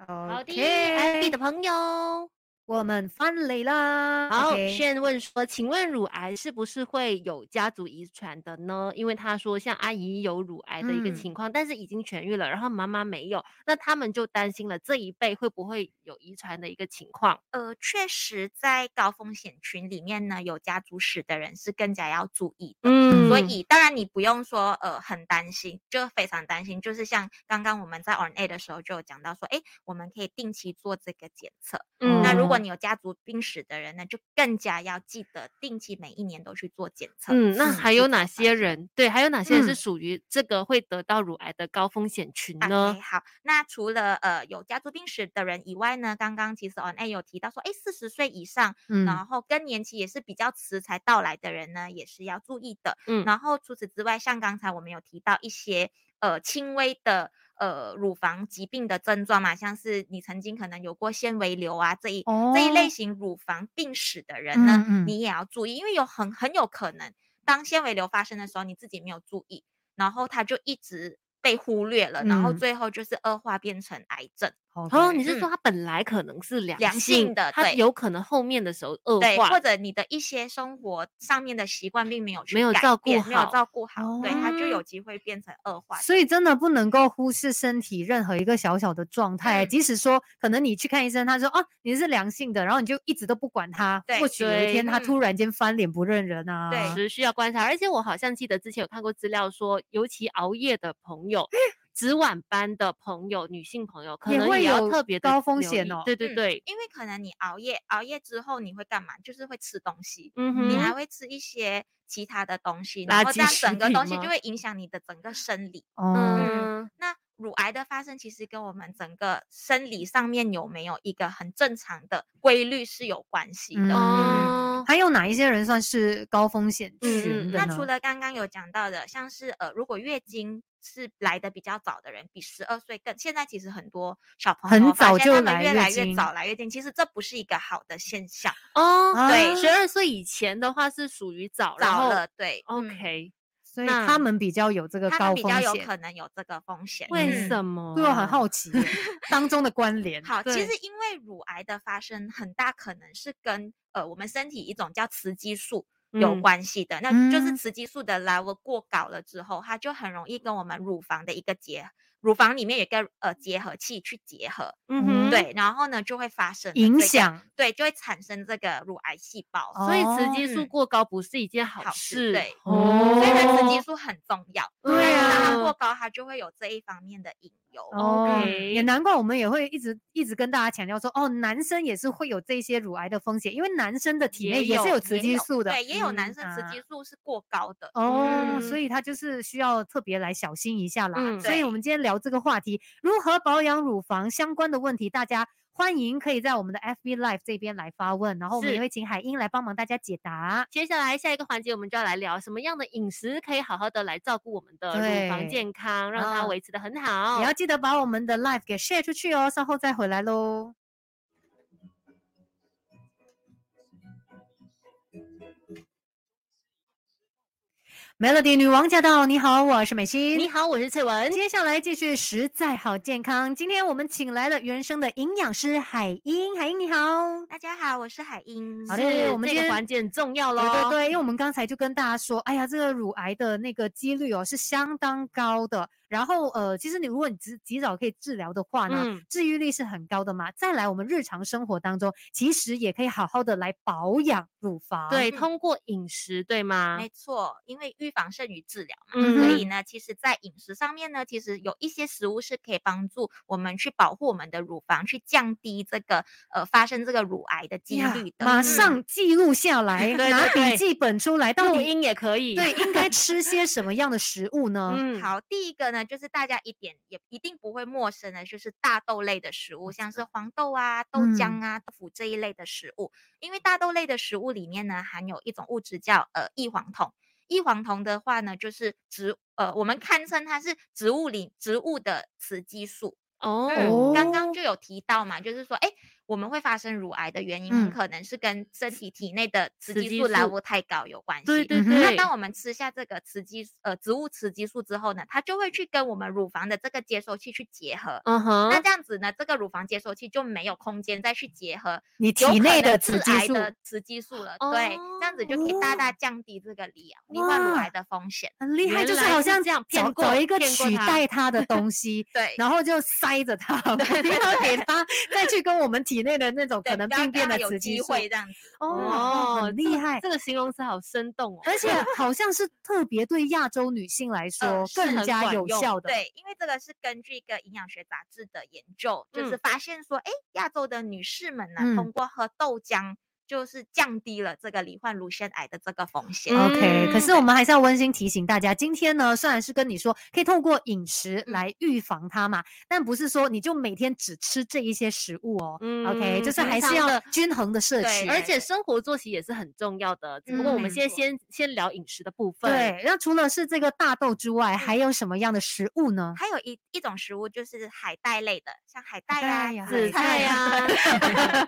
[SPEAKER 2] 好的
[SPEAKER 1] OK
[SPEAKER 3] 哎
[SPEAKER 2] ，FB 的朋友。
[SPEAKER 1] 我们翻嚟啦。
[SPEAKER 2] 好，
[SPEAKER 1] OK
[SPEAKER 2] 炫问说，请问乳癌是不是会有家族遗传的呢？因为他说像阿姨有乳癌的一个
[SPEAKER 1] 嗯
[SPEAKER 2] 情况，但是已经痊愈了，然后妈妈没有，那他们就担心了这一辈会不会有遗传的一个情况？
[SPEAKER 3] 呃，确实在高风险群里面呢，有家族史的人是更加要注意的。
[SPEAKER 2] 嗯
[SPEAKER 3] 所以当然你不用说呃很担心，就非常担心，就是像刚刚我们在 on a 的时候就有讲到说，哎，我们可以定期做这个检测。那如果
[SPEAKER 2] 嗯
[SPEAKER 3] 你有家族病史的人呢，就更加要记得定期每一年都去做检测。
[SPEAKER 2] 嗯，那
[SPEAKER 3] 嗯
[SPEAKER 2] 还
[SPEAKER 3] 去
[SPEAKER 2] 有
[SPEAKER 3] 做
[SPEAKER 2] 哪
[SPEAKER 3] 检
[SPEAKER 2] 些人？对，还有哪些人是
[SPEAKER 1] 嗯
[SPEAKER 2] 属于这个会得到乳癌的高风险群呢
[SPEAKER 3] OK，？好，那除了呃有家族病史的人以外呢，刚刚其实 on a 有提到说，哎，四十岁以上，
[SPEAKER 1] 嗯
[SPEAKER 3] 然后更年期也是比较迟才到来的人呢，也是要注意的。
[SPEAKER 2] 嗯
[SPEAKER 3] 然后除此之外，像刚才我们有提到一些呃轻微的呃乳房疾病的症状嘛，像是你曾经可能有过纤维瘤啊这一、这一类
[SPEAKER 1] 哦
[SPEAKER 3] 型乳房病史的人呢，
[SPEAKER 1] 嗯嗯
[SPEAKER 3] 你也要注意，因为有很很有可能当纤维瘤发生的时候，你自己没有注意，然后它就一直。被忽略了，然后
[SPEAKER 2] 嗯
[SPEAKER 3] 最后就是恶化变成癌症，
[SPEAKER 2] 哦，你是
[SPEAKER 3] 嗯
[SPEAKER 2] 说他本来可能是良
[SPEAKER 3] 良性的
[SPEAKER 2] 他
[SPEAKER 3] 对
[SPEAKER 2] 有可能后面的时候恶
[SPEAKER 3] 对，
[SPEAKER 2] 化
[SPEAKER 3] 或，者你的一些生活上面的习惯并没有去
[SPEAKER 2] 没有
[SPEAKER 3] 改
[SPEAKER 2] 照顾
[SPEAKER 3] 变没有
[SPEAKER 2] 好
[SPEAKER 3] 照顾好，对，它就有
[SPEAKER 2] 哦
[SPEAKER 3] 机会变成恶化。
[SPEAKER 1] 所以真的不能够忽视身体任何一个小小的状态，
[SPEAKER 3] 嗯
[SPEAKER 1] 即使说可能你去看医生，他说哦、你是良性的，然后你就一直都不管他，
[SPEAKER 3] 对
[SPEAKER 1] 或许有一
[SPEAKER 2] 对
[SPEAKER 1] 天他
[SPEAKER 3] 嗯
[SPEAKER 1] 突然间翻脸不认人啊。
[SPEAKER 3] 对
[SPEAKER 2] 持续要观察。而且我好像记得之前有看过资料说，尤其熬夜的朋友。值晚班的朋友，女性朋友可
[SPEAKER 1] 嗯也
[SPEAKER 2] 能
[SPEAKER 1] 会
[SPEAKER 2] 要
[SPEAKER 1] 有
[SPEAKER 2] 特别地
[SPEAKER 1] 高风
[SPEAKER 2] 留
[SPEAKER 1] 险
[SPEAKER 2] 意
[SPEAKER 1] 哦
[SPEAKER 2] 对对
[SPEAKER 3] 嗯
[SPEAKER 2] 对，
[SPEAKER 3] 因为可能你熬夜，熬夜之后你会干嘛？就是会吃东西，
[SPEAKER 2] 嗯
[SPEAKER 3] 你还
[SPEAKER 2] 哼，
[SPEAKER 3] 会吃一些其他的东西，
[SPEAKER 2] 垃
[SPEAKER 3] 然后这
[SPEAKER 2] 圾
[SPEAKER 3] 样
[SPEAKER 2] 食
[SPEAKER 3] 整个
[SPEAKER 2] 品
[SPEAKER 3] 东西
[SPEAKER 2] 吗
[SPEAKER 3] 就会影响你的整个生理。
[SPEAKER 1] 哦，
[SPEAKER 2] 嗯，
[SPEAKER 3] 那乳癌的发生其实跟我们整个生理上面有没有一个很正常的规律是有关系的。
[SPEAKER 1] 嗯
[SPEAKER 2] 哦，
[SPEAKER 1] 还有哪一些人算是高风险
[SPEAKER 2] 嗯
[SPEAKER 1] 群
[SPEAKER 2] 嗯
[SPEAKER 1] 的
[SPEAKER 3] 那
[SPEAKER 1] 呢？
[SPEAKER 3] 除了刚刚有讲到的，像是呃，如果月经是来的比较早的人，比十二岁更，现在其实很多小朋
[SPEAKER 1] 很
[SPEAKER 3] 友发
[SPEAKER 1] 早
[SPEAKER 3] 现
[SPEAKER 1] 就
[SPEAKER 3] 他
[SPEAKER 1] 来
[SPEAKER 3] 们
[SPEAKER 1] 月
[SPEAKER 3] 越来越
[SPEAKER 1] 经
[SPEAKER 3] 早来月经，其实这不是一个好的现象，
[SPEAKER 2] 哦，
[SPEAKER 3] 对
[SPEAKER 1] 嗯
[SPEAKER 2] 十二岁以前的话是属于早，然
[SPEAKER 3] 早
[SPEAKER 2] 后
[SPEAKER 3] 了对嗯
[SPEAKER 2] OK，
[SPEAKER 1] 所以
[SPEAKER 2] 那
[SPEAKER 1] 他们比较有这个
[SPEAKER 3] 他
[SPEAKER 1] 高
[SPEAKER 3] 们比
[SPEAKER 1] 风
[SPEAKER 3] 较有
[SPEAKER 1] 险，
[SPEAKER 3] 可能有这个风险。
[SPEAKER 2] 为
[SPEAKER 3] 嗯
[SPEAKER 2] 什么？啊
[SPEAKER 1] 对我啊很好奇耶当中的关联。
[SPEAKER 3] 哦好，其
[SPEAKER 2] 对
[SPEAKER 3] 实因为乳癌的发生，很大可能是跟呃我们身体一种叫雌激素有
[SPEAKER 2] 嗯
[SPEAKER 3] 关系的。那就是
[SPEAKER 1] 嗯
[SPEAKER 3] 雌激素的 level 过高了之后，它就很容易跟我们乳房的一个结，乳房里面有一个呃结合器去结合，
[SPEAKER 2] 嗯哼，
[SPEAKER 3] 对，然后呢就会发生了
[SPEAKER 1] 影
[SPEAKER 3] 这个，
[SPEAKER 1] 响
[SPEAKER 3] 对，就会产生这个乳癌细胞。
[SPEAKER 2] 所以雌
[SPEAKER 1] 哦
[SPEAKER 2] 激素
[SPEAKER 3] 嗯
[SPEAKER 2] 过高不是一件好
[SPEAKER 3] 好
[SPEAKER 2] 事，
[SPEAKER 3] 事对
[SPEAKER 2] 哦，
[SPEAKER 3] 所以人雌激
[SPEAKER 1] 哦
[SPEAKER 3] 素很重要，
[SPEAKER 1] 对
[SPEAKER 3] 但是当它
[SPEAKER 2] 啊
[SPEAKER 3] 过高，它就会有这一方面的隐忧。
[SPEAKER 1] 哦，也
[SPEAKER 2] OK
[SPEAKER 1] 难怪我们也会一直一直跟大家强调说，哦，男生也是会有这些乳癌的风险，因为男生的体内
[SPEAKER 2] 也
[SPEAKER 1] 是
[SPEAKER 2] 有
[SPEAKER 1] 有雌
[SPEAKER 3] 也
[SPEAKER 1] 激素的。
[SPEAKER 3] 对，也有男
[SPEAKER 1] 嗯
[SPEAKER 3] 生雌激
[SPEAKER 1] 啊
[SPEAKER 3] 素是过高的。
[SPEAKER 1] 哦，
[SPEAKER 2] 嗯
[SPEAKER 1] 所以他就是需要特别来小心一下啦。
[SPEAKER 2] 嗯
[SPEAKER 1] 所以我们今天聊这个话题，如何保养乳房相关的问题，大家欢迎可以在我们的 FB Live 这边来发问，然后我们
[SPEAKER 2] 是
[SPEAKER 1] 也会请海英来帮忙大家解答。
[SPEAKER 2] 接下来下一个环节，我们就要来聊什么样的饮食可以好好的来照顾我们的乳
[SPEAKER 1] 对
[SPEAKER 2] 房健康，让它
[SPEAKER 1] 嗯
[SPEAKER 2] 维持的很好
[SPEAKER 1] 也。要记得把我们的 Live 给 share 出去哦，稍后再回来喽。Melody 女王驾到！你好，我是美心。
[SPEAKER 2] 你好，我是翠文。
[SPEAKER 1] 接下来继续实在好健康。今天我们请来了原生的营养师海英，海英你好。
[SPEAKER 3] 大家好，我是海英。
[SPEAKER 1] 好
[SPEAKER 2] 是
[SPEAKER 1] 嘞我们
[SPEAKER 2] 这
[SPEAKER 1] 今
[SPEAKER 2] 个
[SPEAKER 1] 天
[SPEAKER 2] 环节很重要
[SPEAKER 1] 对对
[SPEAKER 2] 喽。
[SPEAKER 1] 对，因为我们刚才就跟大家说，哎呀，这个乳癌的那个几率哦是相当高的。然后呃，其实你如果你及及早可以治疗的话呢，
[SPEAKER 2] 嗯
[SPEAKER 1] 治愈率是很高的嘛。再来，我们日常生活当中其实也可以好好的来保养乳房。
[SPEAKER 2] 对，
[SPEAKER 3] 嗯
[SPEAKER 2] 通过饮食对吗
[SPEAKER 3] 没？错，因为预防胜于治疗嘛，
[SPEAKER 2] 嗯
[SPEAKER 3] 所以呢，其实，在饮食上面呢，其实有一些食物是可以帮助我们去保护我们的乳房，去降低这个呃发生这个乳癌的几
[SPEAKER 1] 呀
[SPEAKER 3] 率的。
[SPEAKER 1] 马
[SPEAKER 3] 嗯
[SPEAKER 1] 上记录下来，
[SPEAKER 2] 对
[SPEAKER 1] 拿
[SPEAKER 2] 对
[SPEAKER 1] 笔记本出来，到
[SPEAKER 2] 录
[SPEAKER 1] 底
[SPEAKER 2] 音也可以。
[SPEAKER 1] 对，应 该吃些什么样的食物呢？
[SPEAKER 2] 嗯，
[SPEAKER 3] 好，第一个呢，就是大家一点也一定不会陌生的，就是大豆类的食物，像是黄豆啊、豆
[SPEAKER 1] 嗯
[SPEAKER 3] 浆啊、豆腐这一类的食物。因为大豆类的食物里面呢，含有一种物质叫呃异黄酮。异黄酮的话呢，就是植呃，我们堪称它是植物里植物的雌激素。
[SPEAKER 2] 哦
[SPEAKER 1] 哦，
[SPEAKER 3] 嗯刚刚就有提到嘛，就是说，哎，我们会发生乳癌的原因，很
[SPEAKER 1] 嗯
[SPEAKER 3] 可能是跟身体体内的雌
[SPEAKER 2] 雌
[SPEAKER 3] 激
[SPEAKER 2] 激
[SPEAKER 3] 素
[SPEAKER 2] 素
[SPEAKER 3] level 太高有关系。
[SPEAKER 2] 对对
[SPEAKER 1] 嗯哼
[SPEAKER 2] 对
[SPEAKER 3] 那，当我们吃下这个雌激素呃植物雌激素之后呢，它就会去跟我们乳房的这个接收器去结合。
[SPEAKER 1] 哦
[SPEAKER 2] 嗯
[SPEAKER 3] 那
[SPEAKER 2] 哼，
[SPEAKER 3] 这样子呢，这个乳房接收器就没有空间再去结合
[SPEAKER 1] 你
[SPEAKER 3] 有
[SPEAKER 1] 体
[SPEAKER 3] 可
[SPEAKER 1] 内
[SPEAKER 3] 能
[SPEAKER 1] 的
[SPEAKER 3] 致
[SPEAKER 1] 雌激
[SPEAKER 3] 癌
[SPEAKER 1] 素，哦
[SPEAKER 3] 的雌激素了。对，这样子就可以大大降低这个罹罹患乳癌
[SPEAKER 1] 哇
[SPEAKER 3] 的风险。
[SPEAKER 1] 很厉害，
[SPEAKER 2] 原
[SPEAKER 1] 就是
[SPEAKER 2] 来
[SPEAKER 1] 好
[SPEAKER 2] 是
[SPEAKER 1] 像
[SPEAKER 2] 这样骗
[SPEAKER 1] 找
[SPEAKER 2] 过
[SPEAKER 1] 找一个
[SPEAKER 2] 骗过
[SPEAKER 1] 取
[SPEAKER 2] 他
[SPEAKER 1] 代它的东西，
[SPEAKER 3] 对，
[SPEAKER 1] 然后就塞着它，不要给它再去跟我们体体内的那种
[SPEAKER 3] 对
[SPEAKER 1] 可能
[SPEAKER 3] 不要
[SPEAKER 1] 病
[SPEAKER 3] 让
[SPEAKER 1] 变
[SPEAKER 3] 它
[SPEAKER 1] 的
[SPEAKER 3] 有
[SPEAKER 1] 雌激
[SPEAKER 3] 机
[SPEAKER 1] 素。
[SPEAKER 3] 会这样子。
[SPEAKER 1] 哦，很
[SPEAKER 2] 这个
[SPEAKER 1] 厉害。
[SPEAKER 2] 这个形容词好生动哦。
[SPEAKER 1] 而且好像是特别对亚洲女性来说
[SPEAKER 3] 呃是
[SPEAKER 1] 更
[SPEAKER 2] 很
[SPEAKER 1] 加
[SPEAKER 2] 管
[SPEAKER 1] 有
[SPEAKER 2] 用
[SPEAKER 1] 效的。
[SPEAKER 3] 对，因为这个是根据一个营养学杂志的研究，就是
[SPEAKER 2] 嗯
[SPEAKER 3] 发现说，哎，亚洲的女士们呢，
[SPEAKER 1] 嗯
[SPEAKER 3] 通过喝豆浆，就是降低了这个罹患乳腺癌的这个风险。
[SPEAKER 2] 嗯
[SPEAKER 1] OK，可
[SPEAKER 2] 嗯
[SPEAKER 1] 是我们还是要温馨提醒大家，今天呢虽然是跟你说可以透过饮食
[SPEAKER 3] 嗯
[SPEAKER 1] 来预防它嘛，但不是说你就每天只吃这一些食物哦。OK，
[SPEAKER 2] 嗯
[SPEAKER 1] 就是
[SPEAKER 2] 平
[SPEAKER 1] 还是
[SPEAKER 2] 常
[SPEAKER 1] 要
[SPEAKER 2] 的
[SPEAKER 1] 均衡的摄
[SPEAKER 3] 对
[SPEAKER 1] 取，
[SPEAKER 2] 而且生活作息也是很重要的，只不过
[SPEAKER 1] 嗯
[SPEAKER 2] 我们
[SPEAKER 3] 没
[SPEAKER 2] 现在
[SPEAKER 3] 错
[SPEAKER 2] 先先聊饮食的部分。，
[SPEAKER 1] 对。那除了是这个大豆之外，还有什么样的食物呢？
[SPEAKER 3] 还有一一种食物就是海带类的，像海带
[SPEAKER 1] 带
[SPEAKER 3] 呀、
[SPEAKER 1] 呀
[SPEAKER 3] 啊、
[SPEAKER 1] 海
[SPEAKER 2] 紫菜
[SPEAKER 1] 菜
[SPEAKER 2] 呀、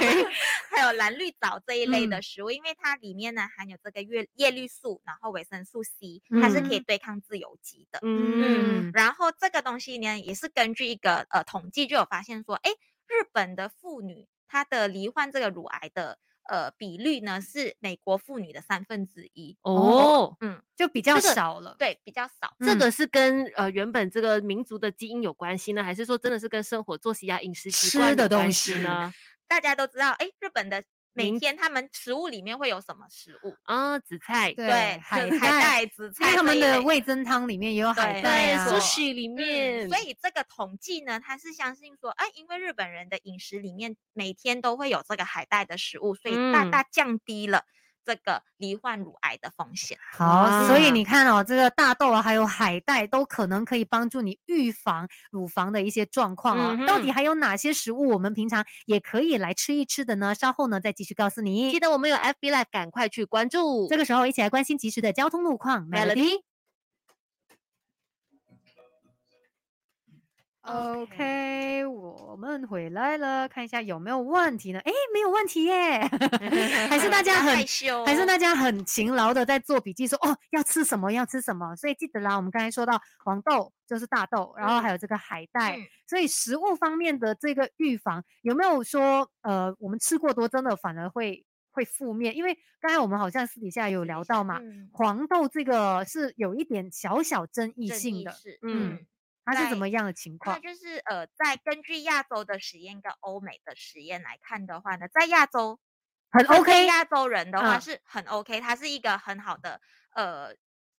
[SPEAKER 3] 还有蓝绿藻这一类
[SPEAKER 1] 嗯
[SPEAKER 3] 的食物，因为它里面呢含有这个叶叶绿素，然后维生素 C，它是可以对抗自由基的。
[SPEAKER 2] 嗯，
[SPEAKER 1] 嗯
[SPEAKER 3] 然后这个东西呢，也是根据一个呃统计就有发现说，哎，日本的妇女她的罹患这个乳癌的呃比率呢是美国妇女的三分之一，
[SPEAKER 2] 哦，
[SPEAKER 1] 就比较
[SPEAKER 2] 这个
[SPEAKER 1] 少了。
[SPEAKER 3] 对，比较少。
[SPEAKER 2] 这
[SPEAKER 1] 嗯
[SPEAKER 2] 个是跟呃原本这个民族的基因有关系呢，还是说真的是跟生活作息啊、饮食习
[SPEAKER 1] 吃
[SPEAKER 2] 惯有
[SPEAKER 1] 的东
[SPEAKER 2] 关系
[SPEAKER 1] 西
[SPEAKER 2] 呢？
[SPEAKER 3] 大家都知道，哎，日本的每
[SPEAKER 2] 明
[SPEAKER 3] 天他们食物里面会有什么食物？
[SPEAKER 2] 啊，紫菜，
[SPEAKER 1] 对
[SPEAKER 3] 对，
[SPEAKER 1] 海
[SPEAKER 3] 就是海
[SPEAKER 1] 带
[SPEAKER 3] 带、紫
[SPEAKER 1] 因
[SPEAKER 3] 菜
[SPEAKER 1] 为
[SPEAKER 3] 这一类，
[SPEAKER 1] 他们的味增汤里面也有海
[SPEAKER 3] 对
[SPEAKER 1] 带
[SPEAKER 2] 对
[SPEAKER 1] 啊。
[SPEAKER 2] ，sushi 里
[SPEAKER 3] 嗯
[SPEAKER 2] 面，
[SPEAKER 3] 所以这个统计呢，它是相信说，哎，因为日本人的饮食里面每天都会有这个海带的食物，所以大
[SPEAKER 2] 嗯
[SPEAKER 3] 大降低了这个罹患乳癌的风险。
[SPEAKER 1] 好，所以
[SPEAKER 2] 哇
[SPEAKER 1] 你看哦，这个大豆啊，还有海带都可能可以帮助你预防乳房的一些状况哦。到底
[SPEAKER 2] 嗯哼
[SPEAKER 1] 还有哪些食物我们平常也可以来吃一吃的呢？稍后呢再继续告诉
[SPEAKER 2] 记
[SPEAKER 1] 你。
[SPEAKER 2] 得我们有 FB Live，赶快去关注。
[SPEAKER 1] 这个时候一起来关心及时的交通路况。Melody。OK，我们回来了，看一下有没有问题呢？诶，没有问题耶，还是大
[SPEAKER 3] 不嗯要
[SPEAKER 1] 家很
[SPEAKER 3] 害羞，哦
[SPEAKER 1] 还是大家很勤劳的在做笔记说，哦要吃什么要吃什么，所以记得啦，我们刚才说到黄豆就是大豆，然后还有这个海带，
[SPEAKER 3] 嗯
[SPEAKER 1] 所以食物方面的这个预防有没有说呃我们吃过多真的反而会会负面？因为刚才我们好像私底下有聊到嘛，
[SPEAKER 3] 嗯
[SPEAKER 1] 黄豆这个是有一点小小争议
[SPEAKER 3] 正
[SPEAKER 1] 性
[SPEAKER 3] 义
[SPEAKER 1] 的，
[SPEAKER 3] 是
[SPEAKER 2] 嗯
[SPEAKER 3] 嗯，
[SPEAKER 1] 它是怎
[SPEAKER 3] 在
[SPEAKER 1] 么样的情
[SPEAKER 3] 它
[SPEAKER 1] 况？
[SPEAKER 3] 就是呃，在根据亚洲的实验跟欧美的实验来看的话呢，在亚洲
[SPEAKER 1] 很
[SPEAKER 3] 针对
[SPEAKER 1] OK，
[SPEAKER 3] 亚洲人的话
[SPEAKER 1] 嗯
[SPEAKER 3] 是很 OK，、它是一个很好的呃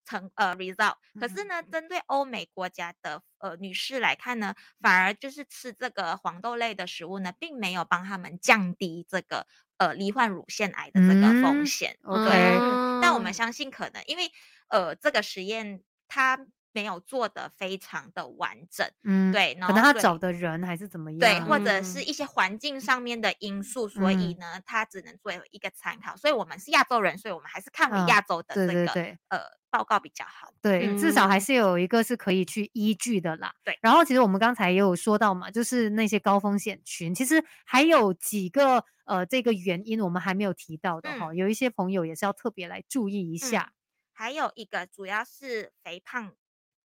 [SPEAKER 3] 成呃 result。可是呢，
[SPEAKER 1] 嗯
[SPEAKER 3] 针对欧美国家的呃女士来看呢，反而就是吃这个黄豆类的食物呢，并没有帮他们降低这个呃罹患乳腺癌的这个
[SPEAKER 1] 嗯
[SPEAKER 3] 风险。
[SPEAKER 1] OK
[SPEAKER 3] 对嗯但我们
[SPEAKER 2] 嗯
[SPEAKER 3] 相信可能因为呃这个实验它没有做的非常的完整，
[SPEAKER 1] 嗯，，
[SPEAKER 3] 对，然
[SPEAKER 1] 可
[SPEAKER 3] 后
[SPEAKER 1] 能他
[SPEAKER 3] 所以
[SPEAKER 1] 找的啊人还是怎么样？
[SPEAKER 3] 对，或者
[SPEAKER 2] 嗯
[SPEAKER 3] 是一些环境上面的因素，所
[SPEAKER 1] 嗯
[SPEAKER 3] 以呢，它只能作为一个参考。所以我们是亚洲人，所以我们还是看
[SPEAKER 1] 嗯
[SPEAKER 3] 回亚洲的
[SPEAKER 1] 对
[SPEAKER 3] 这
[SPEAKER 1] 对
[SPEAKER 3] 个
[SPEAKER 1] 对
[SPEAKER 3] 呃报告比较好。
[SPEAKER 1] 对，至少还
[SPEAKER 2] 嗯
[SPEAKER 1] 是有一个是可以去依据的啦。
[SPEAKER 3] 对
[SPEAKER 1] 然后其实我们刚才也有说到嘛，就是那些高风险群，其实还有几个呃这个原因我们还没有提到的哈、有一些朋友也是要特别来注意一
[SPEAKER 3] 嗯
[SPEAKER 1] 下。
[SPEAKER 3] 还有一个主要是肥胖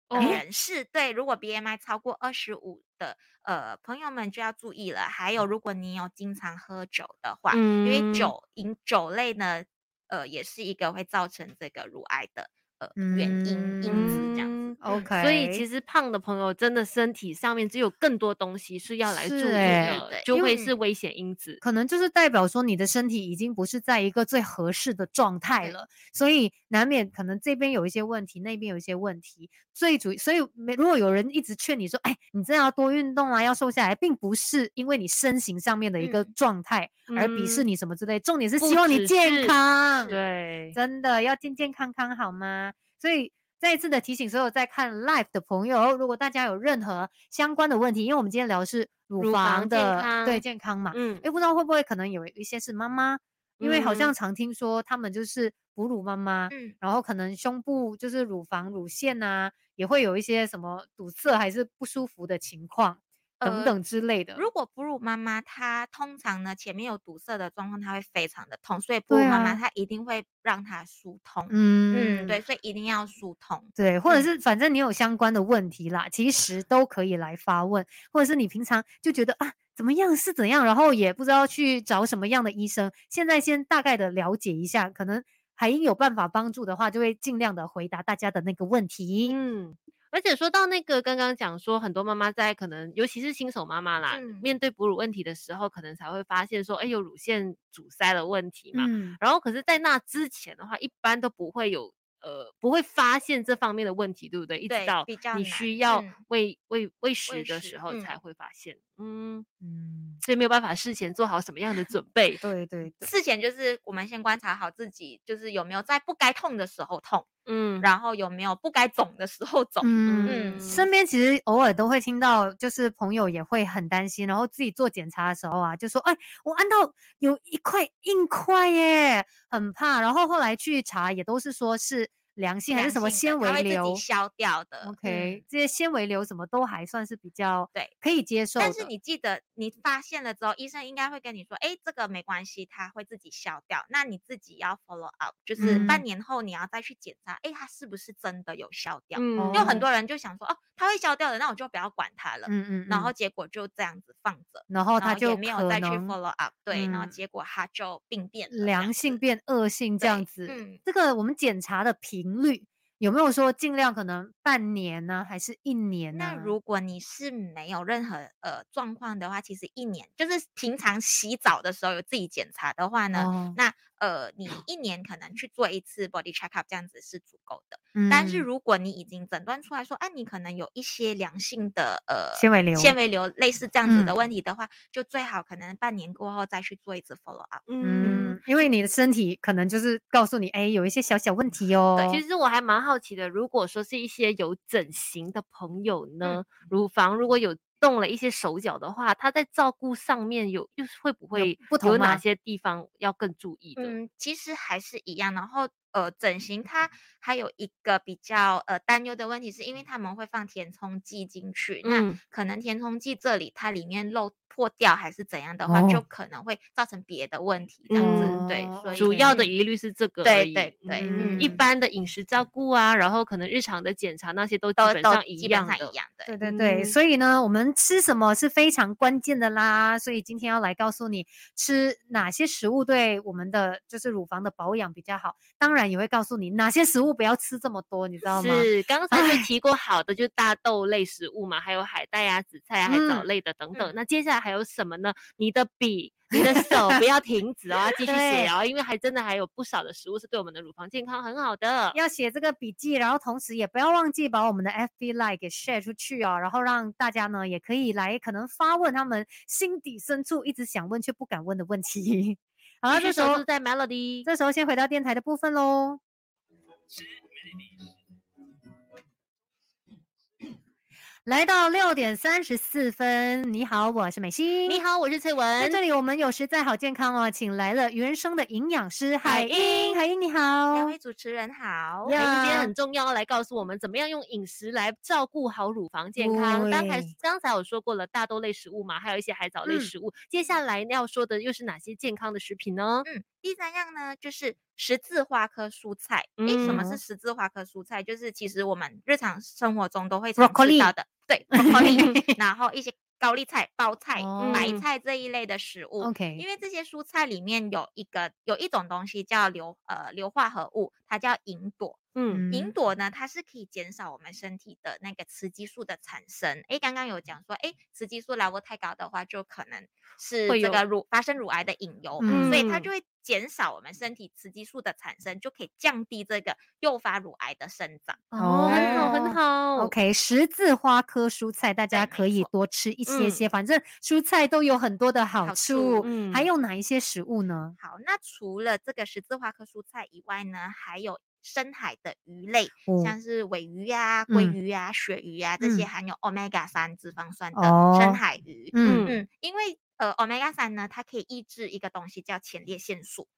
[SPEAKER 3] 的
[SPEAKER 2] 哦
[SPEAKER 3] 人士，对，如果 BMI 超过二十五的呃朋友们就要注意了。还有，如果你有经常喝酒的话，因为
[SPEAKER 2] 嗯
[SPEAKER 3] 酒饮酒类呢，呃，也是一个会造成这个乳癌的呃原因因子这样子。
[SPEAKER 2] 嗯
[SPEAKER 3] 嗯
[SPEAKER 1] OK，
[SPEAKER 2] 所以其
[SPEAKER 1] 实
[SPEAKER 2] 实胖的朋友真的身体上面只有更多东西是要来注
[SPEAKER 1] 是
[SPEAKER 2] 意
[SPEAKER 1] 欸
[SPEAKER 2] 的
[SPEAKER 3] 对，
[SPEAKER 2] 就
[SPEAKER 1] 因
[SPEAKER 2] 会
[SPEAKER 1] 为
[SPEAKER 2] 是危险因子。
[SPEAKER 1] 可能就是代表说你的身体已经不是在一个最合适的状态
[SPEAKER 3] 对
[SPEAKER 1] 了，所以难免可能这边有一些问题，那边有一些问题。最主，所以没如果有人一直劝你说，哎，你真的要多运动啊，要瘦下来，并不是因为你身形上面的一个
[SPEAKER 3] 嗯
[SPEAKER 1] 状态、而鄙视
[SPEAKER 2] 嗯
[SPEAKER 1] 你什么之类，重点是
[SPEAKER 2] 不
[SPEAKER 1] 希望你
[SPEAKER 2] 只
[SPEAKER 1] 健
[SPEAKER 2] 是
[SPEAKER 1] 康。
[SPEAKER 2] 对，
[SPEAKER 1] 真的要健健康康好吗？所以再一次的提醒所有在看 live 的朋友，如果大家有任何相关的问题，因为我们今天聊的是乳
[SPEAKER 2] 乳
[SPEAKER 1] 房
[SPEAKER 2] 房健
[SPEAKER 1] 的对
[SPEAKER 2] 康
[SPEAKER 1] 健康嘛，
[SPEAKER 2] 嗯
[SPEAKER 1] 诶，不知道会不会可能有一些是妈妈，因为好像
[SPEAKER 2] 嗯
[SPEAKER 1] 常听说他们就是哺乳妈妈，
[SPEAKER 3] 嗯，
[SPEAKER 1] 然后可能胸部就是乳房乳腺呐、也会有一些什么堵塞还是不舒服的情况等
[SPEAKER 3] 呃
[SPEAKER 1] 等之类的。嗯
[SPEAKER 3] 如果哺乳妈妈她通常呢前面有堵塞的状况，她会非常的痛，所以哺
[SPEAKER 1] 对
[SPEAKER 3] 乳妈
[SPEAKER 1] 啊
[SPEAKER 3] 妈她一定会让它疏通。
[SPEAKER 1] 嗯
[SPEAKER 3] 嗯，对，所以一定要疏通。
[SPEAKER 1] 对，或者
[SPEAKER 3] 嗯
[SPEAKER 1] 是反正你有相关的问题啦，其实都可以来发问，或者是你平常就觉得啊怎么样是怎样，然后也不知道去找什么样的医生，现在先大概的了解一下，可能还有办法帮助的话，就会尽量的回答大家的那个问题。
[SPEAKER 2] 嗯，而且说到那个刚刚讲说，很多妈妈在可能尤其是新手妈妈啦，
[SPEAKER 3] 嗯
[SPEAKER 2] 面对哺乳问题的时候，可能才会发现说，哎，有乳腺阻塞的问题嘛。
[SPEAKER 1] 嗯，
[SPEAKER 2] 然后可是，在那之前的话，一般都不会有呃，不会发现这方面的问题，对不对？一直
[SPEAKER 3] 对
[SPEAKER 2] 到
[SPEAKER 3] 比较
[SPEAKER 2] 你
[SPEAKER 3] 难
[SPEAKER 2] 需要
[SPEAKER 3] 嗯
[SPEAKER 2] 喂、喂喂食的
[SPEAKER 3] 食
[SPEAKER 2] 时候
[SPEAKER 3] 嗯
[SPEAKER 2] 才会发现，嗯，
[SPEAKER 1] 嗯，
[SPEAKER 2] 所以没有办法事前做好什么样的准备。
[SPEAKER 1] 对对对，
[SPEAKER 3] 事前就是我们先观察好自己，就是有没有在不该痛的时候痛，
[SPEAKER 2] 嗯，
[SPEAKER 3] 然后有没有不该肿的时候肿。
[SPEAKER 1] 嗯，
[SPEAKER 3] 嗯
[SPEAKER 1] 身边其实偶尔都会听到，就是朋友也会很担心，然后自己做检查的时候啊，就说：“哎，我按到有一块硬块耶，很怕。”然后后来去查，也都是说是良性还是
[SPEAKER 3] 良
[SPEAKER 1] 什么
[SPEAKER 3] 性
[SPEAKER 1] 纤
[SPEAKER 3] 的它
[SPEAKER 1] 维
[SPEAKER 3] 会自己
[SPEAKER 1] 瘤。
[SPEAKER 3] 消掉的。
[SPEAKER 1] OK，、
[SPEAKER 3] 嗯
[SPEAKER 1] 这些纤维瘤什么都还算是比较
[SPEAKER 3] 对
[SPEAKER 1] 可以接受的。
[SPEAKER 3] 但是你记得，你发现了之后，医生应该会跟你说，哎，这个没关系，它会自己消掉。那你自己要 follow up，就是
[SPEAKER 1] 嗯
[SPEAKER 3] 半年后你要再去检查，哎，它是不是真的有消掉？
[SPEAKER 2] 嗯
[SPEAKER 3] 因为
[SPEAKER 1] 哦
[SPEAKER 3] 很多人就想说，哦，它会消掉的，那我就不要管它了。
[SPEAKER 1] 嗯嗯，
[SPEAKER 3] 然后
[SPEAKER 1] 嗯
[SPEAKER 3] 结果就这样子放着，
[SPEAKER 1] 然后
[SPEAKER 3] 然
[SPEAKER 1] 他
[SPEAKER 3] 后也
[SPEAKER 1] 就
[SPEAKER 3] 没有
[SPEAKER 1] 可
[SPEAKER 3] 再去
[SPEAKER 1] 能
[SPEAKER 3] follow up，对，然后
[SPEAKER 2] 嗯
[SPEAKER 3] 结果它就病变了这样
[SPEAKER 1] 良性
[SPEAKER 3] 子
[SPEAKER 1] 变恶性这
[SPEAKER 3] 对
[SPEAKER 1] 样子。
[SPEAKER 3] 嗯，
[SPEAKER 1] 这个我们检查的频率有没有说尽量可能半年呢、还是一年呢、
[SPEAKER 3] 那如果你是没有任何呃状况的话，其实一年就是平常洗澡的时候有自己检查的话呢，
[SPEAKER 1] 哦，
[SPEAKER 3] 那呃你一年可能去做一次 body check up 这样子是足够的。但是
[SPEAKER 1] 嗯
[SPEAKER 3] 如果你已经诊断出来说，啊，你可能有一些良性的呃
[SPEAKER 1] 纤维瘤
[SPEAKER 3] 纤维瘤类似这样子的
[SPEAKER 1] 嗯
[SPEAKER 3] 问题的话，就最好可能半年过后再去做一次 follow up。
[SPEAKER 1] 嗯，因为你的身体可能就是告诉你，哎，有一些小小问题哦。
[SPEAKER 2] 其实我还蛮好奇的，如果说是一些有整形的朋友呢，乳房如果有动了一些手脚的话，他在照顾上面有又是会不会
[SPEAKER 1] 不同
[SPEAKER 2] 有哪
[SPEAKER 1] 吗
[SPEAKER 2] 些地方要更注意的？
[SPEAKER 3] 嗯，其实还是一样。然后呃，整形它还有一个比较呃担忧的问题，是因为他们会放填充剂进去，那
[SPEAKER 2] 嗯
[SPEAKER 3] 可能填充剂这里它里面漏破掉还是怎样的话，就
[SPEAKER 1] 哦
[SPEAKER 3] 可能会造成别的问题。这样子、对
[SPEAKER 1] 哦，
[SPEAKER 3] 所以
[SPEAKER 2] 主要的
[SPEAKER 3] 嗯
[SPEAKER 2] 疑虑是这个而
[SPEAKER 3] 对
[SPEAKER 2] 已，
[SPEAKER 3] 对对
[SPEAKER 2] 嗯，一
[SPEAKER 1] 嗯
[SPEAKER 2] 般的饮食照顾啊，然后可能日常的检查那些都基
[SPEAKER 3] 都
[SPEAKER 2] 本
[SPEAKER 3] 都
[SPEAKER 2] 上一
[SPEAKER 3] 基本
[SPEAKER 2] 样
[SPEAKER 3] 上
[SPEAKER 2] 的
[SPEAKER 3] 一，样的。
[SPEAKER 1] 对对对，
[SPEAKER 2] 嗯
[SPEAKER 1] 所以呢，我们吃什么是非常关键的啦。所以今天要来告诉你，吃哪些食物对我们的就是乳房的保养比较好。当然也会告诉你哪些食物不要吃这么多，你知道吗？
[SPEAKER 2] 是刚才
[SPEAKER 1] 唉
[SPEAKER 2] 就提过好的，就是大豆类食物嘛，还有海带啊、紫菜啊、海藻
[SPEAKER 1] 嗯
[SPEAKER 2] 类的等等。
[SPEAKER 3] 嗯
[SPEAKER 2] 那接下来还有什么呢？你的笔、你的手不要停止哦，要继续写
[SPEAKER 1] 对
[SPEAKER 2] 哦，因为还真的还有不少的食物是对我们的乳房健康很好的。
[SPEAKER 1] 要写这个笔记，然后同时也不要忘记把我们的 FB Live 给 share 出去哦，然后让大家呢也可以来可能发问他们心底深处一直想问却不敢问的问题。 好了，
[SPEAKER 2] 继续
[SPEAKER 1] 这啊时
[SPEAKER 2] 守
[SPEAKER 1] 候
[SPEAKER 2] 住在 Melody
[SPEAKER 1] 这时候先回到电台的部分喽。来到六点三十四分，你好，我是美心。
[SPEAKER 2] 你好，我是翠
[SPEAKER 1] 在
[SPEAKER 2] 文
[SPEAKER 1] 这。里我们有时在好健康哦，请来了原生的营养师
[SPEAKER 3] 海
[SPEAKER 1] 海英，海英你好
[SPEAKER 2] 哦
[SPEAKER 3] 两。位主持人好。
[SPEAKER 2] 海哎英今天
[SPEAKER 1] 呀
[SPEAKER 2] 很重要，来告诉我们怎么样用饮食来照顾好乳房健康。刚才
[SPEAKER 1] 对
[SPEAKER 2] 刚才有说过了，大豆类食物嘛，还有一些海藻类
[SPEAKER 1] 嗯
[SPEAKER 2] 食物。接下来要说的又是哪些健康的食品呢？
[SPEAKER 3] 嗯，第三样呢就是十字花科蔬菜。诶，什么
[SPEAKER 1] 嗯
[SPEAKER 3] 是十字花科蔬菜？就是其实我们日常生活中都会常吃到
[SPEAKER 1] Broccoli
[SPEAKER 3] 的，对，broccoli，然 后一些高丽菜、包菜、白
[SPEAKER 1] 哦
[SPEAKER 3] 菜这一类的食物。
[SPEAKER 1] OK，
[SPEAKER 3] 因为这些蔬菜里面有一个有一种东西叫硫呃硫化合物，它叫吲哚。
[SPEAKER 2] 嗯
[SPEAKER 3] 吲
[SPEAKER 1] 嗯
[SPEAKER 3] 哚呢，它是可以减少我们身体的那个雌激素的产生。诶，刚刚有讲说，诶，雌激素 level 太高的话，就可能是
[SPEAKER 2] 会
[SPEAKER 3] 这个
[SPEAKER 2] 有
[SPEAKER 3] 乳发生乳癌的隐忧，所以它
[SPEAKER 1] 嗯
[SPEAKER 3] 就会减少我们身体雌激素的产生，就可以降低这个诱发乳癌的生长。
[SPEAKER 2] 哦，很好，很
[SPEAKER 1] 哦
[SPEAKER 2] 好。
[SPEAKER 1] OK，十字花科蔬菜大家
[SPEAKER 3] 对没
[SPEAKER 1] 可以
[SPEAKER 3] 错
[SPEAKER 1] 多吃一些
[SPEAKER 2] 嗯
[SPEAKER 1] 些，反正蔬菜都有很多的好
[SPEAKER 3] 好
[SPEAKER 1] 处。
[SPEAKER 3] 处
[SPEAKER 1] 还
[SPEAKER 2] 嗯
[SPEAKER 1] 有哪一些食物呢？
[SPEAKER 3] 好，那除了这个十字花科蔬菜以外呢，还有深海的鱼类，
[SPEAKER 1] 哦
[SPEAKER 3] 像是尾鱼呀、啊、鲑
[SPEAKER 1] 嗯
[SPEAKER 3] 鱼呀、啊、鳕鱼呀、啊，这些
[SPEAKER 1] 嗯
[SPEAKER 3] 含有 omega 三脂肪酸的
[SPEAKER 1] 哦
[SPEAKER 3] 深海鱼。
[SPEAKER 1] 嗯，
[SPEAKER 3] 嗯，因为呃，omega 三呢，它可以抑制一个东西叫前列腺素。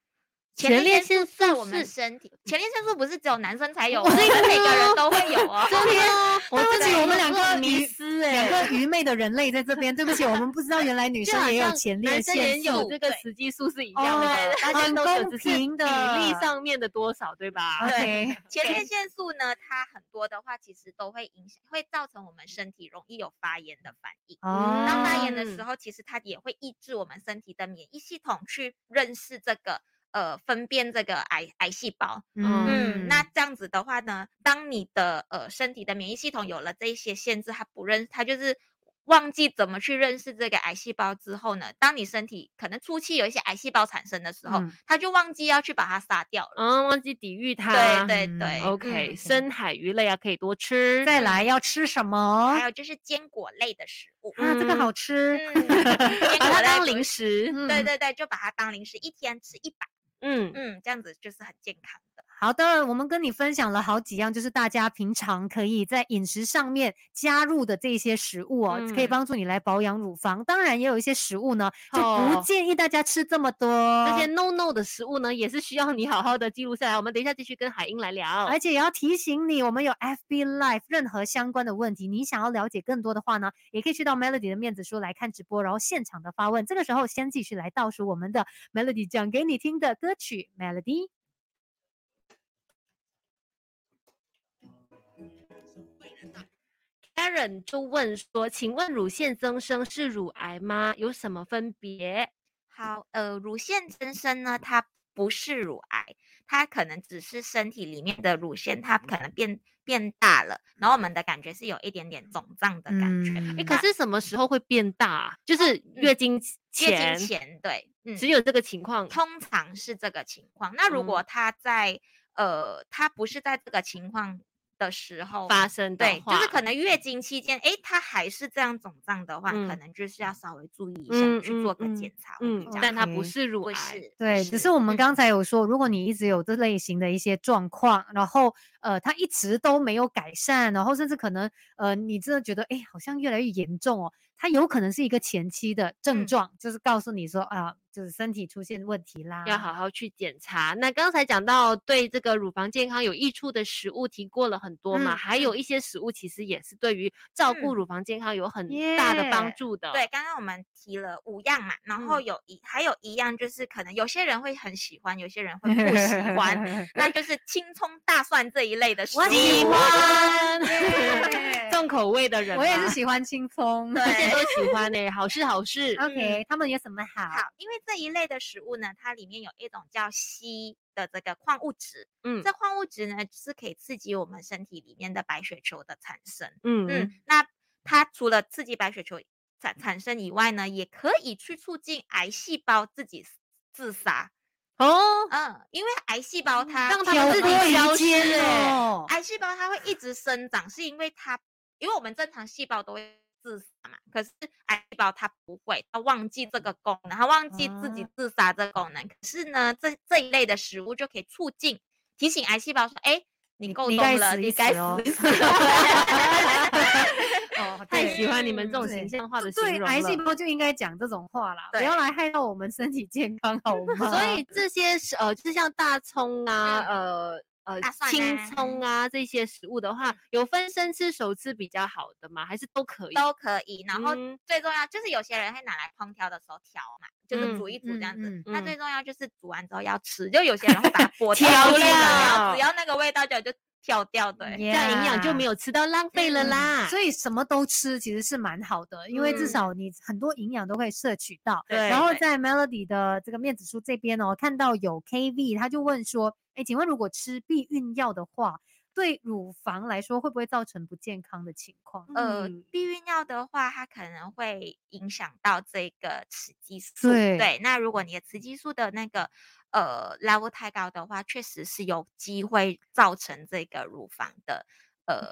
[SPEAKER 2] 前列
[SPEAKER 3] 腺
[SPEAKER 2] 腺
[SPEAKER 3] 在
[SPEAKER 2] 素
[SPEAKER 3] 我们
[SPEAKER 2] 哦是 嗯
[SPEAKER 3] 身体，前列腺素不是只有男生才有哦，所以每个人都会有哦。
[SPEAKER 2] 真的哦，我
[SPEAKER 1] 对不
[SPEAKER 2] 真的
[SPEAKER 1] 起
[SPEAKER 2] 有
[SPEAKER 1] 我们两
[SPEAKER 2] 这
[SPEAKER 1] 个
[SPEAKER 2] 迷
[SPEAKER 1] 鱼
[SPEAKER 2] 思
[SPEAKER 1] 两
[SPEAKER 2] 哎，
[SPEAKER 1] 个愚昧的人类在这边，对不起，我们不知道原来女
[SPEAKER 2] 就
[SPEAKER 1] 生
[SPEAKER 2] 好
[SPEAKER 1] 也有
[SPEAKER 2] 像
[SPEAKER 1] 前列
[SPEAKER 2] 男生也
[SPEAKER 1] 腺
[SPEAKER 2] 有
[SPEAKER 1] 素
[SPEAKER 2] 这。个
[SPEAKER 3] 对
[SPEAKER 2] 雌激素是一样的
[SPEAKER 1] 哦，
[SPEAKER 2] 大家
[SPEAKER 1] 很
[SPEAKER 2] 都有，
[SPEAKER 1] 公
[SPEAKER 2] 只是
[SPEAKER 1] 平
[SPEAKER 2] 比例
[SPEAKER 1] 的
[SPEAKER 2] 上面的多少，对吧？
[SPEAKER 1] OK，
[SPEAKER 3] 前列腺素呢，它很多的话，其实都会影响，会造成我们身体容易有发炎的反应。
[SPEAKER 1] 哦，
[SPEAKER 3] 当发炎的
[SPEAKER 2] 嗯
[SPEAKER 3] 时候，其实它也会抑制我们身体的免疫系统去认识这个呃分辨这个癌癌细胞。
[SPEAKER 2] 嗯
[SPEAKER 3] 嗯，那这样子的话呢，当你的呃身体的免疫系统有了这一些限制，它不认，它就是忘记怎么去认识这个癌细胞之后呢，当你身体可能初期有一些癌细胞产生的时候，
[SPEAKER 1] 嗯
[SPEAKER 3] 它就忘记要去把它杀掉了。
[SPEAKER 2] 嗯，忘记抵御它。
[SPEAKER 3] 对对
[SPEAKER 1] 嗯
[SPEAKER 3] 对，
[SPEAKER 2] OK，、
[SPEAKER 1] 嗯
[SPEAKER 2] 深海鱼类啊可以多吃。
[SPEAKER 1] 再来要吃什么
[SPEAKER 3] 嗯
[SPEAKER 2] 哦
[SPEAKER 3] 还？有就是坚果类的食 物，
[SPEAKER 1] 啊，这个
[SPEAKER 2] 嗯
[SPEAKER 1] 好吃。
[SPEAKER 3] 嗯，坚
[SPEAKER 2] 把
[SPEAKER 3] 果
[SPEAKER 2] 它
[SPEAKER 3] 类
[SPEAKER 2] 当
[SPEAKER 3] 不
[SPEAKER 2] 零
[SPEAKER 3] 是。
[SPEAKER 2] 食。
[SPEAKER 3] 对
[SPEAKER 1] 嗯
[SPEAKER 3] 对对，就把它当零食，一天吃一百，
[SPEAKER 2] 嗯，
[SPEAKER 3] 嗯，这样子就是很健康的。
[SPEAKER 1] 好的，我们跟你分享了好几样，就是大家平常可以在饮食上面加入的这些食物哦，可以
[SPEAKER 2] 嗯
[SPEAKER 1] 帮助你来保养乳房。当然，也有一些食物呢，就不
[SPEAKER 2] 哦
[SPEAKER 1] 建议大家吃这么多。
[SPEAKER 2] 那些 no no 的食物呢，也是需要你好好的记录下来。我们等一下继续跟海英来聊。
[SPEAKER 1] 而且也要提醒你，我们有 FB Live，任何相关的问题，你想要了解更多的话呢，也可以去到 Melody 的面子书来看直播，然后现场的发问。这个时候，先继续来倒数我们的 Melody 讲给你听的歌曲 Melody。
[SPEAKER 2] Karen 就问说：“请问乳腺增生是乳癌吗？有什么分别
[SPEAKER 3] 好，呃，乳腺增生呢，它不是乳癌，它可能只是身体里面的乳腺，它可能变变大了，然后我们的感觉是有一点点肿胀的感觉。
[SPEAKER 1] 嗯
[SPEAKER 2] 诶，可
[SPEAKER 3] 那
[SPEAKER 2] 是什么时候会变大啊？就是月经前，
[SPEAKER 3] 月经前，对，嗯，
[SPEAKER 2] 只有嗯这个情况。
[SPEAKER 3] 通常是这个情况。那如果它在、呃，它不是在这个情况的时候
[SPEAKER 2] 发生的
[SPEAKER 3] 对，就是
[SPEAKER 2] 话
[SPEAKER 3] 可能月经期间，诶，它还是这样肿胀的话，可
[SPEAKER 2] 嗯
[SPEAKER 3] 能就是要稍微注意一下，
[SPEAKER 2] 嗯
[SPEAKER 3] 去做个
[SPEAKER 2] 嗯嗯
[SPEAKER 3] 检查会比
[SPEAKER 2] 嗯
[SPEAKER 3] 较好。，
[SPEAKER 2] 但它不
[SPEAKER 1] OK
[SPEAKER 2] 是乳
[SPEAKER 3] 不
[SPEAKER 2] 癌。
[SPEAKER 3] 哦是，
[SPEAKER 1] 对，只是我们
[SPEAKER 3] 嗯
[SPEAKER 1] 刚才有说，如果你一直有这类型的一些状况，然后呃，它一直都没有改善，然后甚至可能呃，你真的觉得哎，诶好像越来越严重哦，它有可能是一个前期的症
[SPEAKER 3] 嗯
[SPEAKER 1] 状，就是告诉你说啊，就是身体出现问题啦。
[SPEAKER 2] 要好好去检查。那刚才讲到对这个乳房健康有益处的食物提过了很多嘛，
[SPEAKER 1] 嗯
[SPEAKER 2] 还有一些食物其实也是对于照顾
[SPEAKER 3] 嗯
[SPEAKER 2] 乳房健康有很大的帮
[SPEAKER 1] 耶
[SPEAKER 2] 助的。
[SPEAKER 3] 对，，刚刚我们提了五样嘛，然
[SPEAKER 2] 嗯
[SPEAKER 3] 后有一、还有一样就是可能有些人会很喜欢，有些 人会不喜欢，那就是青葱、大蒜这一类的食物。
[SPEAKER 2] 我喜
[SPEAKER 1] 耶
[SPEAKER 2] 欢重口味的人嘛，
[SPEAKER 1] 我也是喜欢清风。
[SPEAKER 2] 这些
[SPEAKER 3] 对
[SPEAKER 2] 都喜欢呢、好事好事。
[SPEAKER 1] OK，他们有什么好？
[SPEAKER 3] 好，因为这一类的食物呢，它里面有一种叫硒的这个矿物质，
[SPEAKER 2] 嗯
[SPEAKER 3] 这矿物质呢是可以刺激我们身体里面的白血球的产生。
[SPEAKER 2] 嗯嗯，
[SPEAKER 3] 嗯，那它除了刺激白血球产产生以外呢，也可以去促进癌细胞自己自杀。
[SPEAKER 2] 哦，
[SPEAKER 3] 嗯，因为癌细胞它
[SPEAKER 2] 嗯让它
[SPEAKER 1] 挑
[SPEAKER 2] 们自己
[SPEAKER 1] 拨
[SPEAKER 2] 消
[SPEAKER 1] 离间
[SPEAKER 2] 失欸
[SPEAKER 1] 哦。
[SPEAKER 3] 癌细胞它会一直生长，是因为它，因为我们正常细胞都会自杀嘛，可是癌细胞它不会，它忘记这个功能，它忘记自己
[SPEAKER 1] 啊
[SPEAKER 3] 自杀这个功能。可是呢，这这一类的食物就可以促进提醒癌细胞说，哎，你
[SPEAKER 1] 你
[SPEAKER 3] 够
[SPEAKER 1] 你
[SPEAKER 3] 动
[SPEAKER 1] 该
[SPEAKER 3] 了，
[SPEAKER 1] 死一
[SPEAKER 3] 你
[SPEAKER 1] 死
[SPEAKER 3] 该死
[SPEAKER 1] 哦
[SPEAKER 3] 一死了。
[SPEAKER 1] 哦，
[SPEAKER 2] 太
[SPEAKER 1] 对
[SPEAKER 2] 喜欢你们这种
[SPEAKER 1] 对
[SPEAKER 2] 形象化的形
[SPEAKER 1] 对
[SPEAKER 2] 容
[SPEAKER 1] 癌细
[SPEAKER 2] 了
[SPEAKER 1] 胞就应该讲这种话啦，不要
[SPEAKER 3] 对
[SPEAKER 1] 来害到我们身体健康，好吗？
[SPEAKER 2] 所
[SPEAKER 3] 嗯
[SPEAKER 2] 以这些是呃，就是像大葱啊，呃呃
[SPEAKER 3] 大，蒜
[SPEAKER 2] 青
[SPEAKER 3] 啊嗯
[SPEAKER 2] 葱啊这些食物的话，有分生吃熟吃比较好的吗？还是都可以？
[SPEAKER 3] 都可以，然后
[SPEAKER 2] 嗯
[SPEAKER 3] 最重要就是有些人会拿来烹调的时候调嘛，就是
[SPEAKER 2] 嗯
[SPEAKER 3] 煮一煮这样子。
[SPEAKER 1] 嗯
[SPEAKER 3] 那
[SPEAKER 2] 嗯
[SPEAKER 3] 最重要就是煮完之后要吃，就有些人会 把它剥掉
[SPEAKER 2] 调
[SPEAKER 3] 进来然
[SPEAKER 2] 料
[SPEAKER 3] 后只要那个味道就就挑掉，对。
[SPEAKER 2] 这样营养就没
[SPEAKER 1] 有。
[SPEAKER 2] 有吃到浪费了
[SPEAKER 3] 嗯
[SPEAKER 2] 啦。
[SPEAKER 1] 所以什么都吃其实是蛮好的，因为至
[SPEAKER 3] 嗯
[SPEAKER 1] 少你很多营养都可以摄取到。
[SPEAKER 2] 对
[SPEAKER 1] 然后
[SPEAKER 3] 对
[SPEAKER 1] 在 Melody 的这个面子书这边哦，看到有 KV，他就问说：“哎，请问如果吃避孕药的话，对乳房来说会不会造成不健康的情况
[SPEAKER 3] 呃
[SPEAKER 2] 嗯，
[SPEAKER 3] 避孕药的话，它可能会影响到这个雌激素。
[SPEAKER 1] 对
[SPEAKER 3] 那如果你的雌激素的那个呃 level 太高的话，确实是有机会造成这个乳房的呃
[SPEAKER 1] 嗯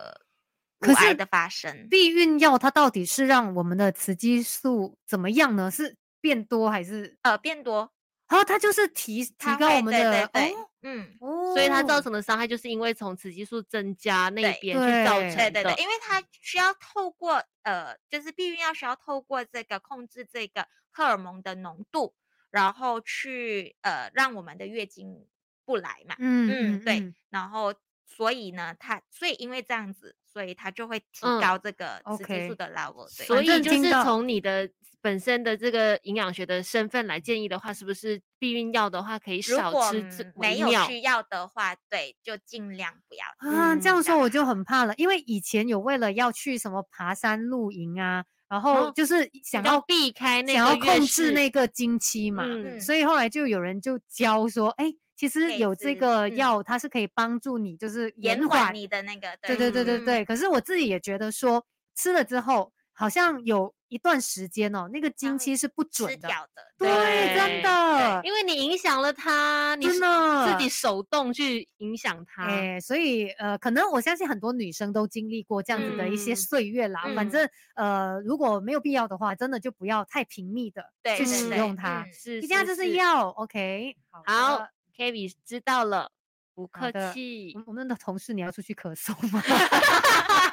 [SPEAKER 1] 可
[SPEAKER 3] 乳癌
[SPEAKER 1] 是
[SPEAKER 3] 的发生。
[SPEAKER 1] 避孕药它到底是让我们的雌激素怎么样呢？是变多还是？
[SPEAKER 3] 呃，变多，
[SPEAKER 1] 然后它就是提提
[SPEAKER 3] 它
[SPEAKER 1] 高
[SPEAKER 3] 会
[SPEAKER 1] 我们
[SPEAKER 3] 对
[SPEAKER 1] 的
[SPEAKER 3] 对对
[SPEAKER 1] 哦
[SPEAKER 3] 嗯，
[SPEAKER 1] 哦，
[SPEAKER 2] 所以它造成的伤害，就是因为从雌激素增加那
[SPEAKER 3] 对
[SPEAKER 2] 边去造
[SPEAKER 1] 对
[SPEAKER 2] 成
[SPEAKER 3] 对
[SPEAKER 2] 的。
[SPEAKER 3] 对对，因为它需要透过呃，就是避孕药需要透过这个控制这个荷尔蒙的浓度，然后去呃让我们的月经不来嘛。
[SPEAKER 1] 嗯
[SPEAKER 3] 嗯，对，然后所以呢，它所以因为这样子，所以它就会提
[SPEAKER 2] 嗯
[SPEAKER 3] 高这个雌激
[SPEAKER 1] ，OK
[SPEAKER 3] 素的 level、对，
[SPEAKER 2] 所
[SPEAKER 1] 反
[SPEAKER 2] 以
[SPEAKER 1] 正
[SPEAKER 2] 就
[SPEAKER 1] 听
[SPEAKER 2] 是
[SPEAKER 1] 到
[SPEAKER 2] 从你的本身的这个营养学的身份来建议的话，是不是避孕药的话可以
[SPEAKER 3] 如
[SPEAKER 2] 少
[SPEAKER 3] 果
[SPEAKER 2] 吃这
[SPEAKER 3] 嗯没
[SPEAKER 2] 微
[SPEAKER 3] 有
[SPEAKER 2] 妙
[SPEAKER 3] 需要的话，对，就尽量不要吃。
[SPEAKER 1] 啊，这
[SPEAKER 2] 嗯
[SPEAKER 1] 样
[SPEAKER 3] 这
[SPEAKER 1] 说
[SPEAKER 3] 样
[SPEAKER 1] 我就很怕了，因为以前有为了要去什么爬山露营啊，然然后
[SPEAKER 2] 哦
[SPEAKER 1] 就是想
[SPEAKER 2] 要
[SPEAKER 1] 要
[SPEAKER 2] 避开那
[SPEAKER 1] 想
[SPEAKER 2] 个
[SPEAKER 1] 要
[SPEAKER 2] 月
[SPEAKER 1] 控制
[SPEAKER 2] 事
[SPEAKER 1] 那个经期嘛，
[SPEAKER 2] 嗯
[SPEAKER 1] 所以后来就有人就教说，哎，其实
[SPEAKER 3] 可以
[SPEAKER 1] 有这
[SPEAKER 3] 吃
[SPEAKER 1] 个
[SPEAKER 3] 嗯
[SPEAKER 1] 药，它是可以帮助你就是
[SPEAKER 3] 延
[SPEAKER 1] 缓
[SPEAKER 3] 缓你的那个，
[SPEAKER 1] 对对对对
[SPEAKER 3] 嗯
[SPEAKER 1] 对。可是我自己也觉得说，吃了之后好像有一段时间哦，那个经
[SPEAKER 3] 会
[SPEAKER 1] 期是不
[SPEAKER 3] 失
[SPEAKER 1] 准的。
[SPEAKER 3] 掉的，
[SPEAKER 1] 对，
[SPEAKER 2] 对
[SPEAKER 1] 真的，
[SPEAKER 2] 因为你影响了他，你
[SPEAKER 1] 真
[SPEAKER 2] 是
[SPEAKER 1] 的
[SPEAKER 2] 自己手动去影响他。
[SPEAKER 1] 哎、所以呃，可能我相信很多女生都经历过这样子的一些
[SPEAKER 2] 嗯
[SPEAKER 1] 岁月啦。反
[SPEAKER 3] 嗯
[SPEAKER 1] 正呃，如果没有必要的话，真的就不要太频密的
[SPEAKER 3] 对
[SPEAKER 1] 去
[SPEAKER 3] 对
[SPEAKER 1] 使
[SPEAKER 3] 对
[SPEAKER 1] 用它
[SPEAKER 3] 嗯。
[SPEAKER 2] 是，
[SPEAKER 1] 一下就是药，OK，好
[SPEAKER 2] 好
[SPEAKER 1] 的
[SPEAKER 2] k a v i 知道了，不
[SPEAKER 1] 好
[SPEAKER 2] 客
[SPEAKER 1] 的
[SPEAKER 2] 气
[SPEAKER 1] 我。我们的同事，你要出去咳嗽吗？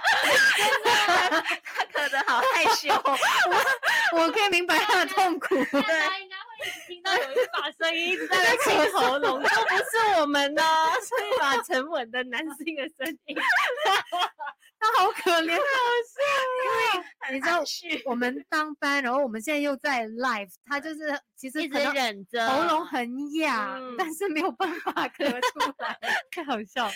[SPEAKER 3] 他咳得好害羞。
[SPEAKER 1] 我可以明白他的痛苦。
[SPEAKER 2] 家应该会一直听到有一把声 音一直在那清喉咙，都 不是我们呢，是一把沉稳的男性的声音。
[SPEAKER 1] 他好可怜，
[SPEAKER 2] 啊
[SPEAKER 1] 好因为你知道
[SPEAKER 3] 含蓄
[SPEAKER 1] 我们当班，然后我们现在又在 live，他就是其实
[SPEAKER 2] 一
[SPEAKER 1] 可
[SPEAKER 2] 直
[SPEAKER 1] 能
[SPEAKER 2] 忍着，
[SPEAKER 1] 喉咙很哑，
[SPEAKER 2] 嗯
[SPEAKER 1] 但是没有办法 咳出来，太好笑了。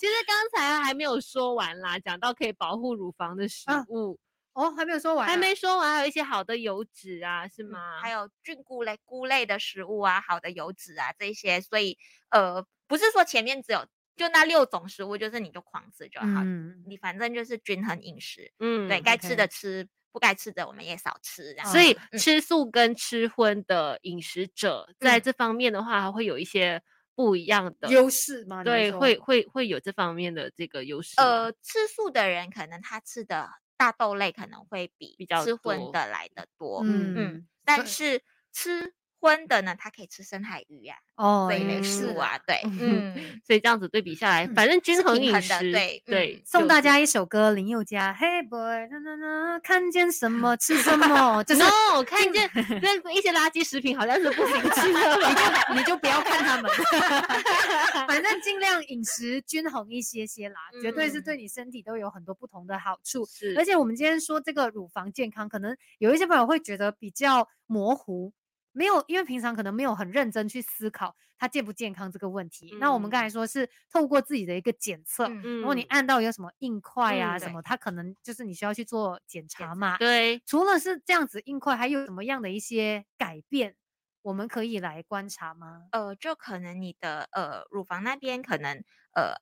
[SPEAKER 2] 其实刚才还没有说完啦，讲到可以保护乳房的食
[SPEAKER 1] 啊
[SPEAKER 2] 物，
[SPEAKER 1] 哦，还没有说完、
[SPEAKER 2] 还。没说完，还有一些好的油脂啊，是吗？
[SPEAKER 3] 还有菌菇类、菇类的食物啊，好的油脂啊这一些，所以呃，不是说前面只有就那六种食物，就是你就狂吃就
[SPEAKER 2] 啊
[SPEAKER 3] 好，
[SPEAKER 1] 嗯，
[SPEAKER 3] 你反正就是均衡饮食，
[SPEAKER 2] 嗯哦
[SPEAKER 3] 对该吃的
[SPEAKER 1] OK
[SPEAKER 3] 吃，不该吃的我们也少吃，然后
[SPEAKER 2] 所以
[SPEAKER 3] 嗯
[SPEAKER 2] 吃素跟吃荤的饮食者，在
[SPEAKER 3] 嗯
[SPEAKER 2] 这方面的话，还会有一些不一样的，
[SPEAKER 1] 优势嘛，你
[SPEAKER 2] 对，
[SPEAKER 1] 说
[SPEAKER 2] 会会会有这方面的这个优势吗。
[SPEAKER 3] 呃，吃素的人可能他吃的大豆类可能会比
[SPEAKER 2] 比较
[SPEAKER 3] 吃荤
[SPEAKER 2] 多
[SPEAKER 3] 的来的多，
[SPEAKER 1] 嗯
[SPEAKER 3] 嗯
[SPEAKER 1] 所
[SPEAKER 3] 但
[SPEAKER 1] 以
[SPEAKER 3] 是吃荤的呢，他可以吃深海鱼啊呀、
[SPEAKER 1] 哦，
[SPEAKER 3] 这一
[SPEAKER 1] 也
[SPEAKER 3] 类
[SPEAKER 1] 是
[SPEAKER 3] 食物啊，对，嗯，
[SPEAKER 2] 所以这样子对比下来，
[SPEAKER 3] 嗯
[SPEAKER 2] 反正均
[SPEAKER 3] 是
[SPEAKER 2] 衡
[SPEAKER 3] 平
[SPEAKER 2] 饮
[SPEAKER 3] 衡的
[SPEAKER 2] 食，
[SPEAKER 3] 对
[SPEAKER 2] 对
[SPEAKER 3] 嗯，
[SPEAKER 1] 送大
[SPEAKER 2] 就是
[SPEAKER 1] 家一首歌，林宥嘉，Hey boy，na na na，看见什 么吃什么， 就是
[SPEAKER 2] no，看
[SPEAKER 1] 尽
[SPEAKER 2] 见那一些垃圾食品好像是不行吃的吧，
[SPEAKER 1] 你就你就不要看他们，反正尽量饮食均衡一些些啦，绝对是
[SPEAKER 2] 嗯
[SPEAKER 1] 对你身体都有很多不同的好处。
[SPEAKER 2] 是
[SPEAKER 1] 而且我们今天说这个乳房健康，可能有一些朋友会觉得比较模糊，没有，因为平常可能没有很认真去思考它健不健康这个问题。那我们刚才说是透过自己的一个检测，
[SPEAKER 3] 嗯，
[SPEAKER 1] 如果你
[SPEAKER 2] 嗯
[SPEAKER 1] 按到有什么硬块啊
[SPEAKER 2] 嗯
[SPEAKER 1] 什
[SPEAKER 3] 对
[SPEAKER 1] 么，它可能就是你需要去做检查
[SPEAKER 3] 查
[SPEAKER 1] 嘛。
[SPEAKER 2] 对
[SPEAKER 1] 除了是这样子硬块，还有什么样的一些改变，我们可以来观察吗？
[SPEAKER 3] 呃，就可能你的呃乳房那边可能呃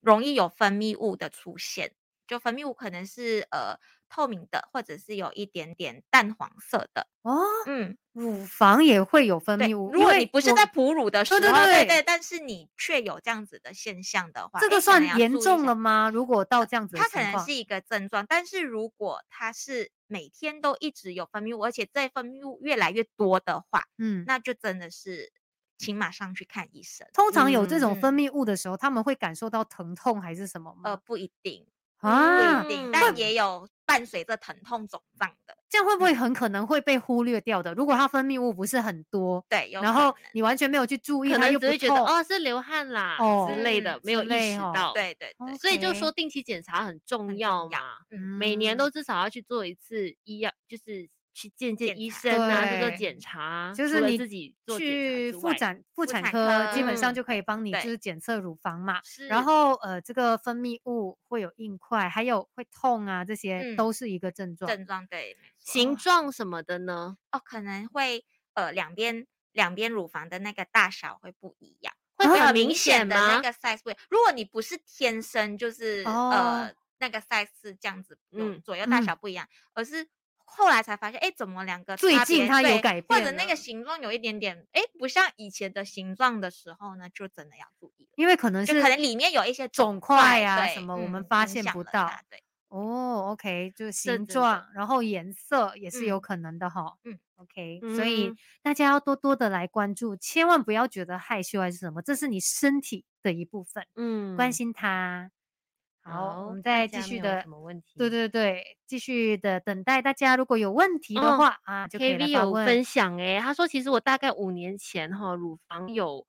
[SPEAKER 3] 容易有分泌物的出现，就分泌物可能是呃透明的，或者是有一点点淡黄色的，
[SPEAKER 1] 哦，
[SPEAKER 3] 嗯，
[SPEAKER 1] 乳房也会有分
[SPEAKER 3] 对。
[SPEAKER 1] 泌物，
[SPEAKER 3] 如
[SPEAKER 1] 因
[SPEAKER 3] 果
[SPEAKER 1] 为
[SPEAKER 3] 你不是
[SPEAKER 1] 我
[SPEAKER 3] 在哺乳的时
[SPEAKER 1] 对
[SPEAKER 3] 候，
[SPEAKER 1] 对对
[SPEAKER 3] 对，但是你却有这样子的现象的话，
[SPEAKER 1] 这
[SPEAKER 3] 诶
[SPEAKER 1] 个
[SPEAKER 3] 可能
[SPEAKER 1] 算
[SPEAKER 3] 要
[SPEAKER 1] 严
[SPEAKER 3] 注意一
[SPEAKER 1] 重
[SPEAKER 3] 下
[SPEAKER 1] 了吗？如果到这样子的
[SPEAKER 3] 它可
[SPEAKER 1] 情
[SPEAKER 3] 能
[SPEAKER 1] 况
[SPEAKER 3] 是一个症状，但是如果它是每天都一直有分泌物，而且这分泌物越来越多的话，
[SPEAKER 1] 嗯，
[SPEAKER 3] 那就真的是请马上去看医生。
[SPEAKER 1] 通常有这种
[SPEAKER 3] 嗯
[SPEAKER 1] 分泌物的时候，他们会感受到疼痛还是什么
[SPEAKER 3] 呃，
[SPEAKER 1] 吗？
[SPEAKER 3] 不一定，嗯
[SPEAKER 1] 啊
[SPEAKER 3] 不一，定，
[SPEAKER 2] 会
[SPEAKER 3] 但也有伴随着疼痛肿胀的，
[SPEAKER 1] 这样会不
[SPEAKER 3] 嗯
[SPEAKER 1] 会很可能会被忽略掉的？如果它分泌物不是很多，
[SPEAKER 3] 对，有
[SPEAKER 1] 然
[SPEAKER 3] 可
[SPEAKER 1] 后
[SPEAKER 3] 能
[SPEAKER 1] 你完全没有去注意，
[SPEAKER 2] 可
[SPEAKER 1] 它
[SPEAKER 2] 能
[SPEAKER 1] 又
[SPEAKER 2] 只
[SPEAKER 1] 不
[SPEAKER 2] 会觉得
[SPEAKER 1] 痛
[SPEAKER 2] 哦是流汗啦
[SPEAKER 1] 哦
[SPEAKER 2] 之类的
[SPEAKER 3] 嗯，
[SPEAKER 2] 没有
[SPEAKER 1] 之
[SPEAKER 2] 意
[SPEAKER 1] 类
[SPEAKER 2] 识
[SPEAKER 1] 哦
[SPEAKER 2] 到，，
[SPEAKER 3] 对对对，
[SPEAKER 2] 所以就
[SPEAKER 1] OK
[SPEAKER 2] 说定期检查很重
[SPEAKER 3] 很
[SPEAKER 2] 要
[SPEAKER 3] 重要
[SPEAKER 2] 嘛，每
[SPEAKER 1] 嗯
[SPEAKER 2] 年都至少要去做一次医药，就是去见见
[SPEAKER 3] 检
[SPEAKER 2] 医
[SPEAKER 3] 查
[SPEAKER 2] 生啊，做做
[SPEAKER 1] 对
[SPEAKER 2] 检查啊，
[SPEAKER 1] 就
[SPEAKER 2] 除
[SPEAKER 1] 是
[SPEAKER 2] 了
[SPEAKER 1] 你
[SPEAKER 2] 自己做检查
[SPEAKER 1] 去
[SPEAKER 2] 之
[SPEAKER 1] 妇
[SPEAKER 2] 外，
[SPEAKER 1] 产妇
[SPEAKER 3] 妇
[SPEAKER 1] 产
[SPEAKER 3] 产
[SPEAKER 1] 科，基本上
[SPEAKER 2] 科
[SPEAKER 1] 就可以帮你就
[SPEAKER 3] 对嗯
[SPEAKER 1] 是检测乳房嘛。
[SPEAKER 2] 是
[SPEAKER 1] 然后呃，这个分泌物会有硬块，还有会痛啊，这些
[SPEAKER 3] 嗯
[SPEAKER 1] 都是一个症状。
[SPEAKER 3] 症状对，没错
[SPEAKER 2] 形状什么的呢，
[SPEAKER 3] 哦，可能会呃两边两边乳房的那个大小会不一样，
[SPEAKER 2] 会
[SPEAKER 1] 啊
[SPEAKER 2] 很
[SPEAKER 3] 很
[SPEAKER 2] 明
[SPEAKER 3] 显
[SPEAKER 2] 显
[SPEAKER 3] 的那
[SPEAKER 2] 吗？
[SPEAKER 3] 个 size 不一样。如果你不是天生就是、
[SPEAKER 1] 哦
[SPEAKER 3] 呃那个 size 是这样子，嗯
[SPEAKER 2] 嗯，
[SPEAKER 3] 左右大
[SPEAKER 1] 嗯
[SPEAKER 3] 小不一样，而是。后来才发现，哎，怎么两个
[SPEAKER 1] 最
[SPEAKER 3] 差
[SPEAKER 1] 近
[SPEAKER 3] 别
[SPEAKER 1] 它有
[SPEAKER 3] 对
[SPEAKER 1] 改
[SPEAKER 3] 或者
[SPEAKER 1] 变
[SPEAKER 3] 那
[SPEAKER 1] 了
[SPEAKER 3] 个形状有一点点，哎，不像以前的形状的时候呢，就真的要注意了。
[SPEAKER 1] 因为可能
[SPEAKER 3] 就是可能里面有一些
[SPEAKER 1] 肿块
[SPEAKER 3] 块
[SPEAKER 1] 啊
[SPEAKER 3] 对
[SPEAKER 1] 什么我
[SPEAKER 3] 嗯
[SPEAKER 1] 们发
[SPEAKER 3] 影
[SPEAKER 1] 现
[SPEAKER 3] 响
[SPEAKER 1] 不
[SPEAKER 3] 了它
[SPEAKER 1] 到
[SPEAKER 3] 对，
[SPEAKER 1] 哦，OK，就是
[SPEAKER 2] 这
[SPEAKER 1] 形
[SPEAKER 2] 这这
[SPEAKER 1] 状，然后颜色也是有
[SPEAKER 3] 嗯
[SPEAKER 1] 可能的哈。
[SPEAKER 3] 嗯
[SPEAKER 1] ，OK，所以
[SPEAKER 2] 嗯
[SPEAKER 1] 大家要多多的来关注，千万不要觉得害羞还是什么，这是你身体的一部分，
[SPEAKER 2] 嗯
[SPEAKER 1] 关心它。好，我们再继续的
[SPEAKER 2] 什么问题？
[SPEAKER 1] 对对对，继续的等待大家，如果有问题的
[SPEAKER 2] 嗯
[SPEAKER 1] 话、啊，就可以
[SPEAKER 2] K V
[SPEAKER 1] 来发
[SPEAKER 2] 有
[SPEAKER 1] 问。
[SPEAKER 2] 分享诶，他说其实我大概五年前哈、乳房有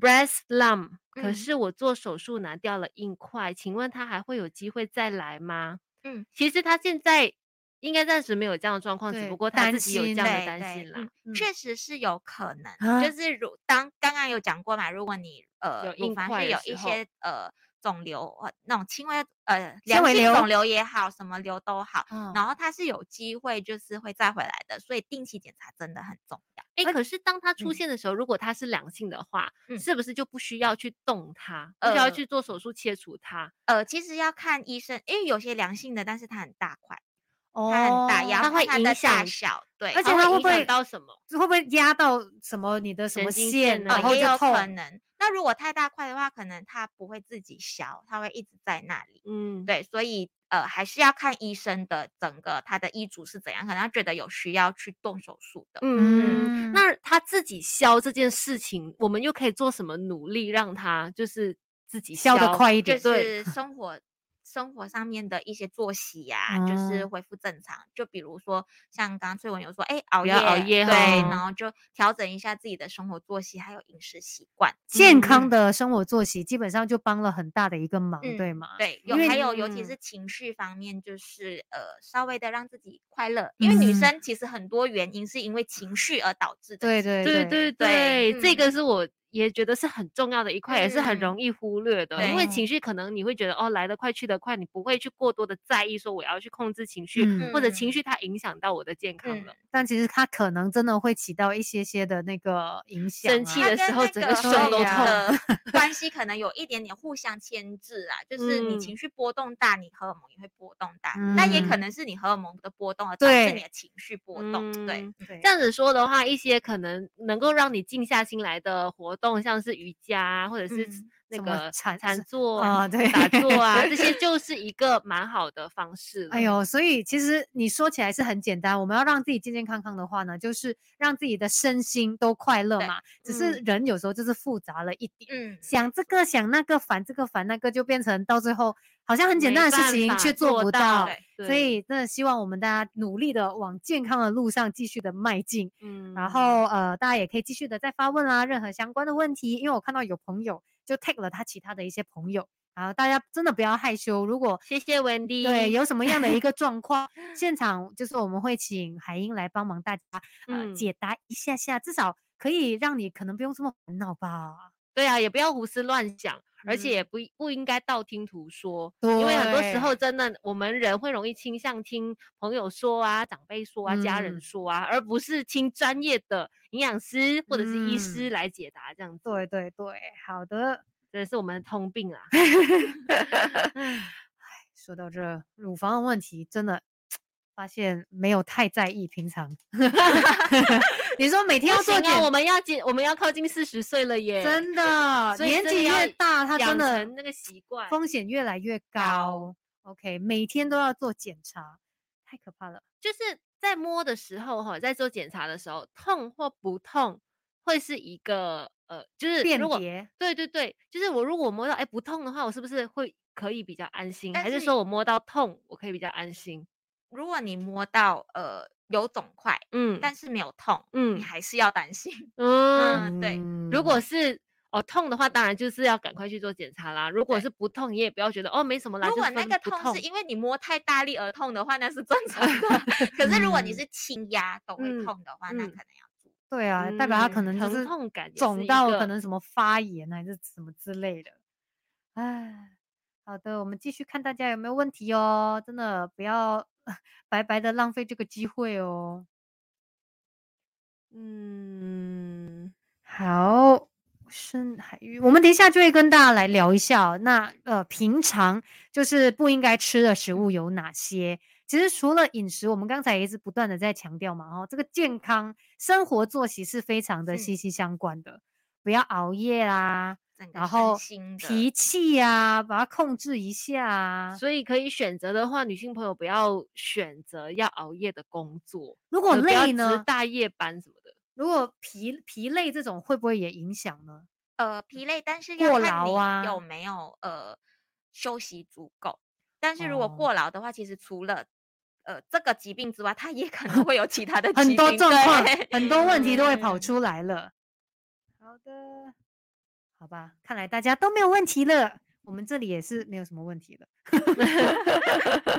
[SPEAKER 2] breast lump，可
[SPEAKER 3] 嗯
[SPEAKER 2] 是我做手术拿掉了硬块，请问他还会有机会再来吗？
[SPEAKER 3] 嗯，
[SPEAKER 2] 其实他现在应该暂时没有这样的状况，只
[SPEAKER 1] 对
[SPEAKER 2] 不过他
[SPEAKER 1] 担
[SPEAKER 2] 自己有这
[SPEAKER 1] 心
[SPEAKER 2] 样的
[SPEAKER 3] 对
[SPEAKER 2] 担
[SPEAKER 3] 对
[SPEAKER 2] 心啦。
[SPEAKER 3] 嗯
[SPEAKER 1] 嗯
[SPEAKER 3] 确实是有可能，
[SPEAKER 1] 啊
[SPEAKER 3] 就是如当刚刚有讲过嘛，如果你呃
[SPEAKER 2] 有
[SPEAKER 3] 乳
[SPEAKER 2] 硬
[SPEAKER 3] 房
[SPEAKER 2] 块的
[SPEAKER 3] 是有
[SPEAKER 2] 时
[SPEAKER 3] 一
[SPEAKER 2] 候
[SPEAKER 3] 些呃肿瘤，呃那种轻微呃
[SPEAKER 1] 纤
[SPEAKER 3] 良
[SPEAKER 1] 维
[SPEAKER 3] 性
[SPEAKER 1] 瘤
[SPEAKER 3] 肿瘤也好，什么瘤都好，
[SPEAKER 1] 嗯
[SPEAKER 3] 然后它是有机会就是会再回来的，所以定期检查真的很重要。
[SPEAKER 2] 哎，可是当它出
[SPEAKER 3] 嗯
[SPEAKER 2] 现的时候，如果它是良性的话，
[SPEAKER 3] 嗯
[SPEAKER 2] 是不是就不需要去动它，不需要
[SPEAKER 3] 呃
[SPEAKER 2] 去做手术切除它？
[SPEAKER 3] 呃，其实要看医生，因为有些良性的，但是它很大块，它很
[SPEAKER 1] 哦
[SPEAKER 3] 大，也要
[SPEAKER 2] 它
[SPEAKER 3] 看
[SPEAKER 2] 会
[SPEAKER 3] 它
[SPEAKER 2] 影
[SPEAKER 3] 的大
[SPEAKER 2] 响
[SPEAKER 3] 小，对，
[SPEAKER 1] 而且它
[SPEAKER 2] 它
[SPEAKER 1] 会
[SPEAKER 2] 影
[SPEAKER 1] 不会
[SPEAKER 2] 响到什么？
[SPEAKER 1] 这会不会压到什么你的什
[SPEAKER 2] 神
[SPEAKER 1] 么
[SPEAKER 2] 经
[SPEAKER 1] 线，
[SPEAKER 2] 线
[SPEAKER 1] 然
[SPEAKER 2] 啊
[SPEAKER 1] 后
[SPEAKER 3] 哦，也
[SPEAKER 1] 就
[SPEAKER 3] 有
[SPEAKER 1] 痛？
[SPEAKER 3] 可能。那如果太大块的话，可能它不会自己消，它会一直在那里。
[SPEAKER 2] 嗯，
[SPEAKER 3] 对，所以呃，还是要看医生的整个他的医嘱是怎样，可能他觉得有需要去动手术的。
[SPEAKER 2] 嗯。那他自己消这件事情，我们又可以做什么努力让他就是自己
[SPEAKER 1] 消得快一
[SPEAKER 3] 就
[SPEAKER 1] 点，
[SPEAKER 2] 嗯
[SPEAKER 3] 是生活生活上面的一些作息呀、就是
[SPEAKER 1] 嗯
[SPEAKER 3] 恢复正常。就比如说像刚刚翠文有说，哎，熬
[SPEAKER 2] 不
[SPEAKER 3] 夜，
[SPEAKER 2] 要熬夜
[SPEAKER 3] 对，
[SPEAKER 2] 哈
[SPEAKER 3] 然后就调整一下自己的生活作息，还有饮食习惯。
[SPEAKER 1] 健
[SPEAKER 3] 嗯
[SPEAKER 1] 康的生活作息基本上就帮了很大的一个忙，
[SPEAKER 3] 嗯
[SPEAKER 1] 对吗？
[SPEAKER 3] 对，
[SPEAKER 1] 因
[SPEAKER 3] 有
[SPEAKER 1] 为
[SPEAKER 3] 还有，尤其
[SPEAKER 2] 嗯
[SPEAKER 3] 是情绪方面，就是呃，稍微的让自己快乐，因为女
[SPEAKER 1] 嗯
[SPEAKER 3] 生其实很多原因是因为情绪而导致的。
[SPEAKER 1] 对对嗯
[SPEAKER 2] 对对对，
[SPEAKER 3] 对
[SPEAKER 2] 这个是我也觉得是很重要的一块，也是很
[SPEAKER 3] 嗯
[SPEAKER 2] 容易忽略的。因为
[SPEAKER 1] 对
[SPEAKER 2] 情绪可能你会觉得哦，来得快去得快，你不会去过多的在意说我要去控制情绪，
[SPEAKER 1] 嗯
[SPEAKER 2] 或者情
[SPEAKER 3] 嗯
[SPEAKER 2] 绪它影响到我的健康
[SPEAKER 3] 嗯
[SPEAKER 2] 了。，
[SPEAKER 1] 但其实它可能真的会起到一些些的那个影响、啊。
[SPEAKER 2] 生气
[SPEAKER 3] 它
[SPEAKER 2] 的时
[SPEAKER 3] 跟
[SPEAKER 2] 候
[SPEAKER 3] 那
[SPEAKER 2] 整个
[SPEAKER 3] 个
[SPEAKER 2] 手
[SPEAKER 3] 荷尔
[SPEAKER 1] 都
[SPEAKER 3] 蒙
[SPEAKER 1] 痛
[SPEAKER 3] 的关系可能有一点点互相牵制啊，就是你
[SPEAKER 2] 嗯
[SPEAKER 3] 情绪波动大，你荷尔蒙也会波动大，那也可
[SPEAKER 1] 嗯
[SPEAKER 3] 能是你荷尔蒙的波动而导致
[SPEAKER 1] 对
[SPEAKER 3] 你的情绪波动。对，
[SPEAKER 2] 嗯
[SPEAKER 1] 对
[SPEAKER 2] 这样子说的话，一些可能能够让你静下心来的活动，像是瑜伽啊或者是
[SPEAKER 3] 嗯
[SPEAKER 2] 那
[SPEAKER 1] 什么
[SPEAKER 2] 个
[SPEAKER 1] 禅
[SPEAKER 2] 禅
[SPEAKER 1] 是
[SPEAKER 2] 坐
[SPEAKER 1] 啊对
[SPEAKER 2] 打坐 啊，这些就是一个蛮好的方式。
[SPEAKER 1] 哎，呦，所以其实你说起来是很简单，我们要让自己健健康康的话呢，就是让自己的身心都快乐
[SPEAKER 3] 对
[SPEAKER 1] 嘛。只是
[SPEAKER 2] 嗯
[SPEAKER 1] 人有时候就是复杂了一点，
[SPEAKER 3] 嗯，
[SPEAKER 1] 想这个想那个，烦这个烦那个，就变成到最后好像很简
[SPEAKER 2] 没
[SPEAKER 1] 单的事
[SPEAKER 2] 办
[SPEAKER 1] 情
[SPEAKER 2] 法
[SPEAKER 1] 却
[SPEAKER 2] 做
[SPEAKER 1] 不
[SPEAKER 2] 到
[SPEAKER 1] 到。
[SPEAKER 2] 对
[SPEAKER 1] 所以真的希望我们大家努力的往健康的路上继续的迈进。
[SPEAKER 2] 嗯
[SPEAKER 1] 然后呃，大家也可以继续的再发问啊啦，任何相关的问题，因为我看到有朋友就 take 了他其他的一些朋友，然后大家真的不要害羞，如果
[SPEAKER 2] 谢谢 Wendy，
[SPEAKER 1] 对有什么样的 一个状况，现场就是我们会请海英来帮忙大家呃、
[SPEAKER 2] 嗯
[SPEAKER 1] 解答一下下，至少可以让你可能不用这么烦恼吧。
[SPEAKER 2] 对啊，也不要胡思乱想，而且也
[SPEAKER 1] 嗯
[SPEAKER 2] 不一不应该道听途说，因为很多时候
[SPEAKER 1] 对
[SPEAKER 2] 真的我们人会容易倾向听朋友说啊、长辈说啊、家人
[SPEAKER 1] 嗯
[SPEAKER 2] 说啊，而不是听专业的营养师或者是医
[SPEAKER 1] 嗯
[SPEAKER 2] 师来解答这样子，
[SPEAKER 1] 对对对，好的。
[SPEAKER 2] 这是我们的通病啊。
[SPEAKER 1] 说到这乳房的问题，真的发现没有太在意，平常。 你说每
[SPEAKER 2] 不
[SPEAKER 1] 天 要做
[SPEAKER 2] 行啊，
[SPEAKER 1] 检
[SPEAKER 2] 我们要进，我们要靠近四十岁了耶，
[SPEAKER 1] 真的，
[SPEAKER 2] 所以
[SPEAKER 1] 年
[SPEAKER 2] 真的
[SPEAKER 1] 纪
[SPEAKER 2] 要
[SPEAKER 1] 越大，它真
[SPEAKER 2] 养
[SPEAKER 1] 的
[SPEAKER 2] 成那个习惯。
[SPEAKER 1] 风险越来越高。OK，每天都要做检查，太可怕了。
[SPEAKER 2] 就是在摸的时候哈，在做检查的时候，痛或不痛会是一个呃，就是
[SPEAKER 1] 辨
[SPEAKER 2] 如果
[SPEAKER 1] 别
[SPEAKER 2] 对对对，就是我如果摸到哎不痛的话，我是不是会可以比较安心？
[SPEAKER 3] 但
[SPEAKER 2] 还是
[SPEAKER 3] 是
[SPEAKER 2] 说我摸到痛，我可以比较安心？
[SPEAKER 3] 如果你摸到呃有肿块，
[SPEAKER 2] 嗯
[SPEAKER 3] 但是没有痛，你
[SPEAKER 2] 嗯
[SPEAKER 3] 还是要担心。
[SPEAKER 2] 嗯，
[SPEAKER 3] 嗯对
[SPEAKER 2] 如果
[SPEAKER 1] 嗯
[SPEAKER 2] 是。哦，痛的话当然就是要赶快去做检查啦。如果
[SPEAKER 3] 对
[SPEAKER 2] 是不痛，你也不要觉得哦没什么啦。
[SPEAKER 3] 如
[SPEAKER 2] 就
[SPEAKER 3] 果
[SPEAKER 2] 是
[SPEAKER 3] 那
[SPEAKER 2] 分
[SPEAKER 3] 个
[SPEAKER 2] 不
[SPEAKER 3] 痛
[SPEAKER 2] 痛
[SPEAKER 3] 是因为你摸太大力而痛的话，那是正常 的。可是如果你
[SPEAKER 1] 嗯
[SPEAKER 3] 是轻压都会
[SPEAKER 2] 嗯
[SPEAKER 3] 痛的话，那
[SPEAKER 2] 嗯
[SPEAKER 3] 可能要注意。
[SPEAKER 1] 对啊，代表它可
[SPEAKER 2] 嗯
[SPEAKER 1] 能就
[SPEAKER 2] 疼
[SPEAKER 1] 是
[SPEAKER 2] 痛感也是
[SPEAKER 1] 肿
[SPEAKER 2] 一
[SPEAKER 1] 到
[SPEAKER 2] 个
[SPEAKER 1] 可能什么发炎啊还是什么之类的。唉，好的，我们继续看大家有没有问题哦。真的不要 白白的浪费这个机会哦。
[SPEAKER 2] 嗯，
[SPEAKER 1] 好，深海鱼，我们等一下就会跟大家来聊一下哦、那呃，平常就是不应该吃的食物有哪些？其实除了饮食，我们刚才也一直不断的在强调嘛，哦，这个健康生活作息是非常的
[SPEAKER 3] 嗯
[SPEAKER 1] 息息相关的，不要熬夜啦，
[SPEAKER 3] 整个
[SPEAKER 1] 然
[SPEAKER 3] 身
[SPEAKER 1] 后
[SPEAKER 3] 心的
[SPEAKER 1] 脾气呀、把它控制一下啊。
[SPEAKER 2] 所以可以选择的话，女性朋友不要选择要熬夜的工作，
[SPEAKER 1] 如果
[SPEAKER 2] 呃不要
[SPEAKER 1] 累
[SPEAKER 2] 值
[SPEAKER 1] 呢？
[SPEAKER 2] 大夜班什么的。
[SPEAKER 1] 如果疲疲累这种会不会也影响呢？
[SPEAKER 3] 呃疲累，但是要
[SPEAKER 1] 嗯过
[SPEAKER 3] 看
[SPEAKER 1] 劳
[SPEAKER 3] 你
[SPEAKER 1] 啊
[SPEAKER 3] 有没有呃休息足够。但是如果
[SPEAKER 1] 哦
[SPEAKER 3] 过劳的话，其实除了呃这个疾病之外，它也可能会有 其 他的
[SPEAKER 1] 很
[SPEAKER 3] 疾
[SPEAKER 1] 多
[SPEAKER 3] 病
[SPEAKER 1] 状况
[SPEAKER 3] 对，
[SPEAKER 1] 很多问题都会跑
[SPEAKER 2] 嗯
[SPEAKER 1] 出来了。好的，好吧，看来大家都没有问题了。我们这里也是没有什么问题的。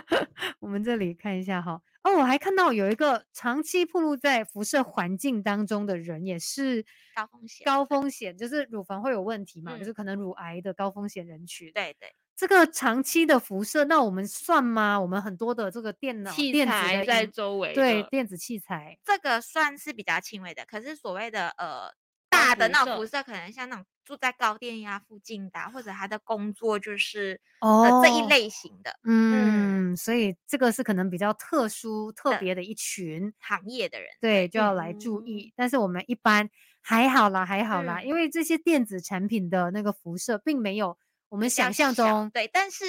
[SPEAKER 1] 我们这里看一下哈，哦，我还看到有一个长期暴露在辐射环境当中的人，也是
[SPEAKER 3] 高风险
[SPEAKER 1] 高风险，就是乳房会有问题嘛，就是
[SPEAKER 3] 嗯
[SPEAKER 1] 可能乳癌的高风险人群。，
[SPEAKER 3] 对对，
[SPEAKER 1] 这个长期的辐射，那我们算吗？我们很多的这个电脑、
[SPEAKER 2] 器
[SPEAKER 1] 电子
[SPEAKER 2] 材
[SPEAKER 1] 的
[SPEAKER 2] 在
[SPEAKER 1] 荧
[SPEAKER 2] 周围的，
[SPEAKER 1] 对电子器材，
[SPEAKER 3] 这个算是比较轻微的。可是所谓的呃
[SPEAKER 2] 高
[SPEAKER 3] 大的
[SPEAKER 2] 辐
[SPEAKER 3] 那
[SPEAKER 2] 射
[SPEAKER 3] 种辐射，可能像那种住在高电压附近的啊、或者他的工作就是
[SPEAKER 1] 哦
[SPEAKER 3] 呃这一。类型的
[SPEAKER 1] 嗯，
[SPEAKER 3] 嗯
[SPEAKER 1] 所以这个是可能比较特殊、特
[SPEAKER 3] 的
[SPEAKER 1] 别的一群，
[SPEAKER 3] 行业的人。
[SPEAKER 1] 对，就要来注
[SPEAKER 2] 嗯
[SPEAKER 1] 意。但是我们一般还好啦，还好啦，
[SPEAKER 3] 嗯
[SPEAKER 1] 因为这些电子产品的那个辐射并没有我们
[SPEAKER 3] 比较
[SPEAKER 1] 想象
[SPEAKER 3] 小
[SPEAKER 1] 中
[SPEAKER 3] 对，但是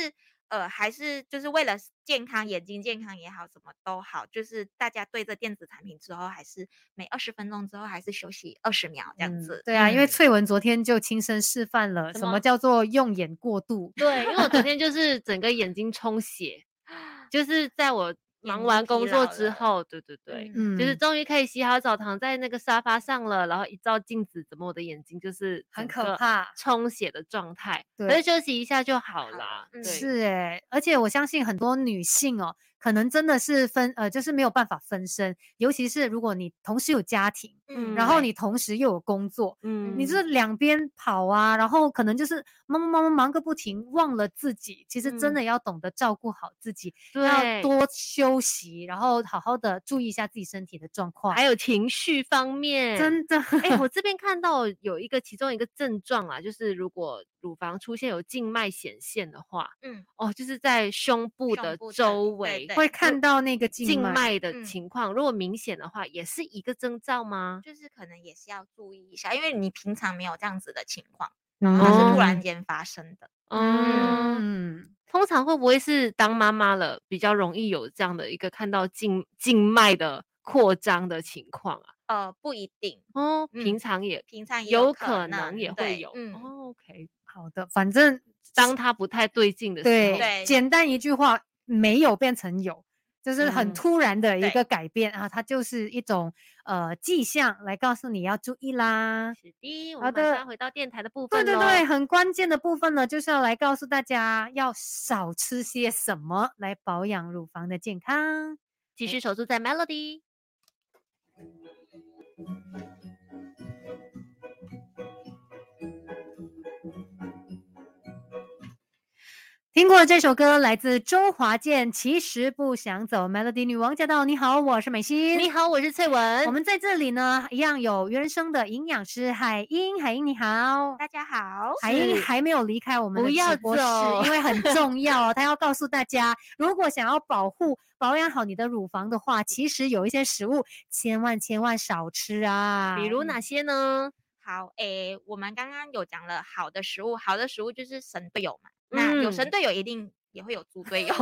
[SPEAKER 3] 呃，还是就是为了健康，眼睛健康也好，什么都好，就是大家对这电子产品之后，还是每二十分钟之后还是休息二十秒这样
[SPEAKER 1] 嗯
[SPEAKER 3] 子。
[SPEAKER 1] 对啊，因为
[SPEAKER 3] 嗯
[SPEAKER 1] 翠文昨天就亲身示范了
[SPEAKER 2] 什
[SPEAKER 1] 什么
[SPEAKER 2] 么
[SPEAKER 1] 叫做用眼过度。
[SPEAKER 2] 对，因为我昨天就是整个眼睛充血，就是在 我忙
[SPEAKER 3] 睛
[SPEAKER 2] 完
[SPEAKER 3] 疲
[SPEAKER 2] 工作
[SPEAKER 3] 劳
[SPEAKER 2] 之
[SPEAKER 3] 了
[SPEAKER 2] 后，对对对，
[SPEAKER 1] 嗯，
[SPEAKER 2] 就是终于可以洗好澡，躺在那个沙发上了，然后一照镜子，怎么我的眼睛就是
[SPEAKER 1] 很可
[SPEAKER 2] 整个
[SPEAKER 1] 怕
[SPEAKER 2] 充血的状态，可
[SPEAKER 1] 对
[SPEAKER 2] 是休息一下就好
[SPEAKER 3] 好
[SPEAKER 2] 啦。
[SPEAKER 3] 嗯
[SPEAKER 2] 对
[SPEAKER 1] 是哎、而且我相信很多女性哦，可能真的是分呃，就是没有办法分身，尤其是如果你同时有家庭，
[SPEAKER 3] 嗯
[SPEAKER 1] 然后
[SPEAKER 2] 对
[SPEAKER 1] 你同时又有工作，
[SPEAKER 2] 嗯
[SPEAKER 1] 你
[SPEAKER 3] 嗯
[SPEAKER 1] 这两边跑啊，然后可能就是忙忙忙忙个不停，忘了自己。其实真
[SPEAKER 2] 嗯
[SPEAKER 1] 的要懂得照顾好自己，
[SPEAKER 2] 对
[SPEAKER 1] 要多休息，然后好好的注意一下自己身体的状况。
[SPEAKER 2] 还有情绪方面，
[SPEAKER 1] 真的，
[SPEAKER 2] 哎、我这边看到有一个其中一个症状啊，就是如果乳房出现有静脉显现的话，
[SPEAKER 3] 嗯，
[SPEAKER 2] 哦，就是在胸部
[SPEAKER 3] 胸
[SPEAKER 2] 的
[SPEAKER 3] 部这里
[SPEAKER 2] 周
[SPEAKER 3] 对
[SPEAKER 2] 围
[SPEAKER 3] 对
[SPEAKER 1] 会看到那个
[SPEAKER 2] 静
[SPEAKER 1] 静脉。
[SPEAKER 2] 脉的
[SPEAKER 3] 嗯
[SPEAKER 2] 情况，如果明显的话，也是一个征兆吗？
[SPEAKER 3] 就是可能也是要注意一下，因为你平常没有这样子的情况，
[SPEAKER 1] 然
[SPEAKER 3] 它是
[SPEAKER 2] 哦
[SPEAKER 3] 突然间发生的。
[SPEAKER 2] 嗯，
[SPEAKER 1] 嗯，
[SPEAKER 2] 通常会不会是当妈妈了比较容易有这样的一个看到静静脉的扩张的情况啊？
[SPEAKER 3] 呃，不一定，
[SPEAKER 2] 哦，平
[SPEAKER 3] 嗯
[SPEAKER 2] 常也
[SPEAKER 3] 平常也
[SPEAKER 2] 有
[SPEAKER 3] 可
[SPEAKER 2] 能也会
[SPEAKER 3] 对
[SPEAKER 2] 有。
[SPEAKER 3] 嗯，
[SPEAKER 2] 哦，OK，
[SPEAKER 1] 好的，反正
[SPEAKER 2] 当它不太对劲的时候，
[SPEAKER 1] 对
[SPEAKER 3] 对
[SPEAKER 1] 简单一句话，没有变成有。就是
[SPEAKER 2] 嗯
[SPEAKER 1] 很突然的一
[SPEAKER 3] 对
[SPEAKER 1] 个改变啊，它就是一种呃迹象来告诉你要注意啦。
[SPEAKER 2] 是的，我
[SPEAKER 1] 好
[SPEAKER 2] 们马上
[SPEAKER 1] 的
[SPEAKER 2] 要回到电台的哦部
[SPEAKER 1] 对
[SPEAKER 2] 分
[SPEAKER 1] 对
[SPEAKER 2] 咯
[SPEAKER 1] 对，，很关键的部分呢，就是要来告诉大家要少吃些什么来保养乳房的健康。
[SPEAKER 2] 继续守住在 Melody。
[SPEAKER 1] 听过这首歌来自周华健，其实不想走，Melody 女王驾到！你好，我是美心。
[SPEAKER 2] 你好，我是翠文。
[SPEAKER 1] 我们在这里呢，一样有原生的营养师海英，海英你好。
[SPEAKER 3] 大家好，
[SPEAKER 1] 海英
[SPEAKER 2] 是
[SPEAKER 1] 还没有离开我们
[SPEAKER 2] 不
[SPEAKER 1] 的
[SPEAKER 2] 要
[SPEAKER 1] 直播室，因为很重要哦。 她要告诉大家，如果想要保护、保养好你的乳房的话，其实有一些食物千万千万少吃啊。
[SPEAKER 2] 比如哪些呢？
[SPEAKER 3] 好，诶，我们刚刚有讲了好的食物，好的食物就是神队友嘛。那有神
[SPEAKER 2] 嗯
[SPEAKER 3] 队友，一定也会有猪队友。
[SPEAKER 2] 要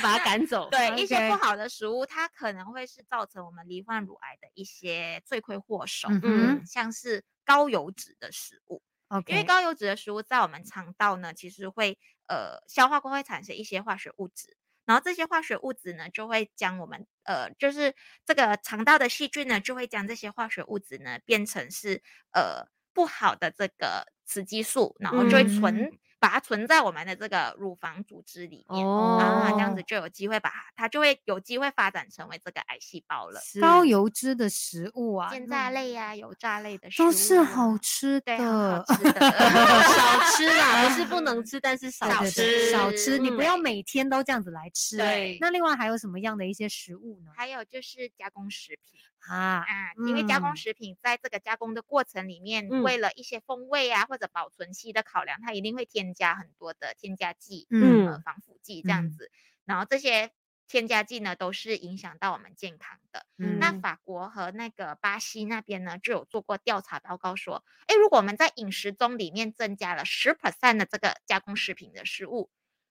[SPEAKER 2] 把它赶走。嗯
[SPEAKER 3] 对一些不
[SPEAKER 1] OK
[SPEAKER 3] 好的食物，它可能会是造成我们罹患乳癌的一些罪魁祸首。
[SPEAKER 1] 嗯
[SPEAKER 2] 嗯
[SPEAKER 1] 哼
[SPEAKER 3] 像是高油脂的食物，
[SPEAKER 1] ，OK，
[SPEAKER 3] 因为高油脂的食物在我们肠道呢，其实会呃消化过会产生一些化学物质，然后这些化学物质呢，就会将我们呃就是这个肠道的细菌呢，就会将这些化学物质呢变成是呃不好的这个雌激素，然后就会
[SPEAKER 1] 嗯
[SPEAKER 3] 存、把它存在我们的这个乳房组织里面。啊，这样子
[SPEAKER 1] 哦
[SPEAKER 3] 就有机会把它，它就会有机会发展成为这个癌细胞了。嗯
[SPEAKER 1] 高油脂的食物啊，
[SPEAKER 3] 煎
[SPEAKER 1] 那
[SPEAKER 3] 炸类呀、油炸类的食物
[SPEAKER 1] 都是
[SPEAKER 3] 啊
[SPEAKER 1] 好吃
[SPEAKER 3] 对，很
[SPEAKER 1] 的
[SPEAKER 3] 好。吃的。
[SPEAKER 2] 少吃啦，不是不能吃，但是少
[SPEAKER 1] 啊对对对
[SPEAKER 2] 吃，
[SPEAKER 1] 少吃，你不要
[SPEAKER 2] 嗯
[SPEAKER 1] 每天都这样子来吃。
[SPEAKER 2] 对
[SPEAKER 1] 那另外还有什么样的一些食物呢？
[SPEAKER 3] 还有就是加工食品
[SPEAKER 1] 啊，
[SPEAKER 3] 啊，因为加工
[SPEAKER 1] 嗯
[SPEAKER 3] 食品在这个加工的过程里面，
[SPEAKER 2] 嗯
[SPEAKER 3] 为了一些风味啊或者保存期的考量，它一定会添加很多的添加剂、
[SPEAKER 1] 嗯
[SPEAKER 3] 呃、防腐剂这样
[SPEAKER 1] 嗯
[SPEAKER 3] 子。然后这些添加剂呢，都是影响到我们健康的。那
[SPEAKER 1] 嗯
[SPEAKER 3] 法国和那个巴西那边呢，就有做过调查报告说，哎，如果我们在饮食中里面增加了十 percent 的这个加工食品的食物，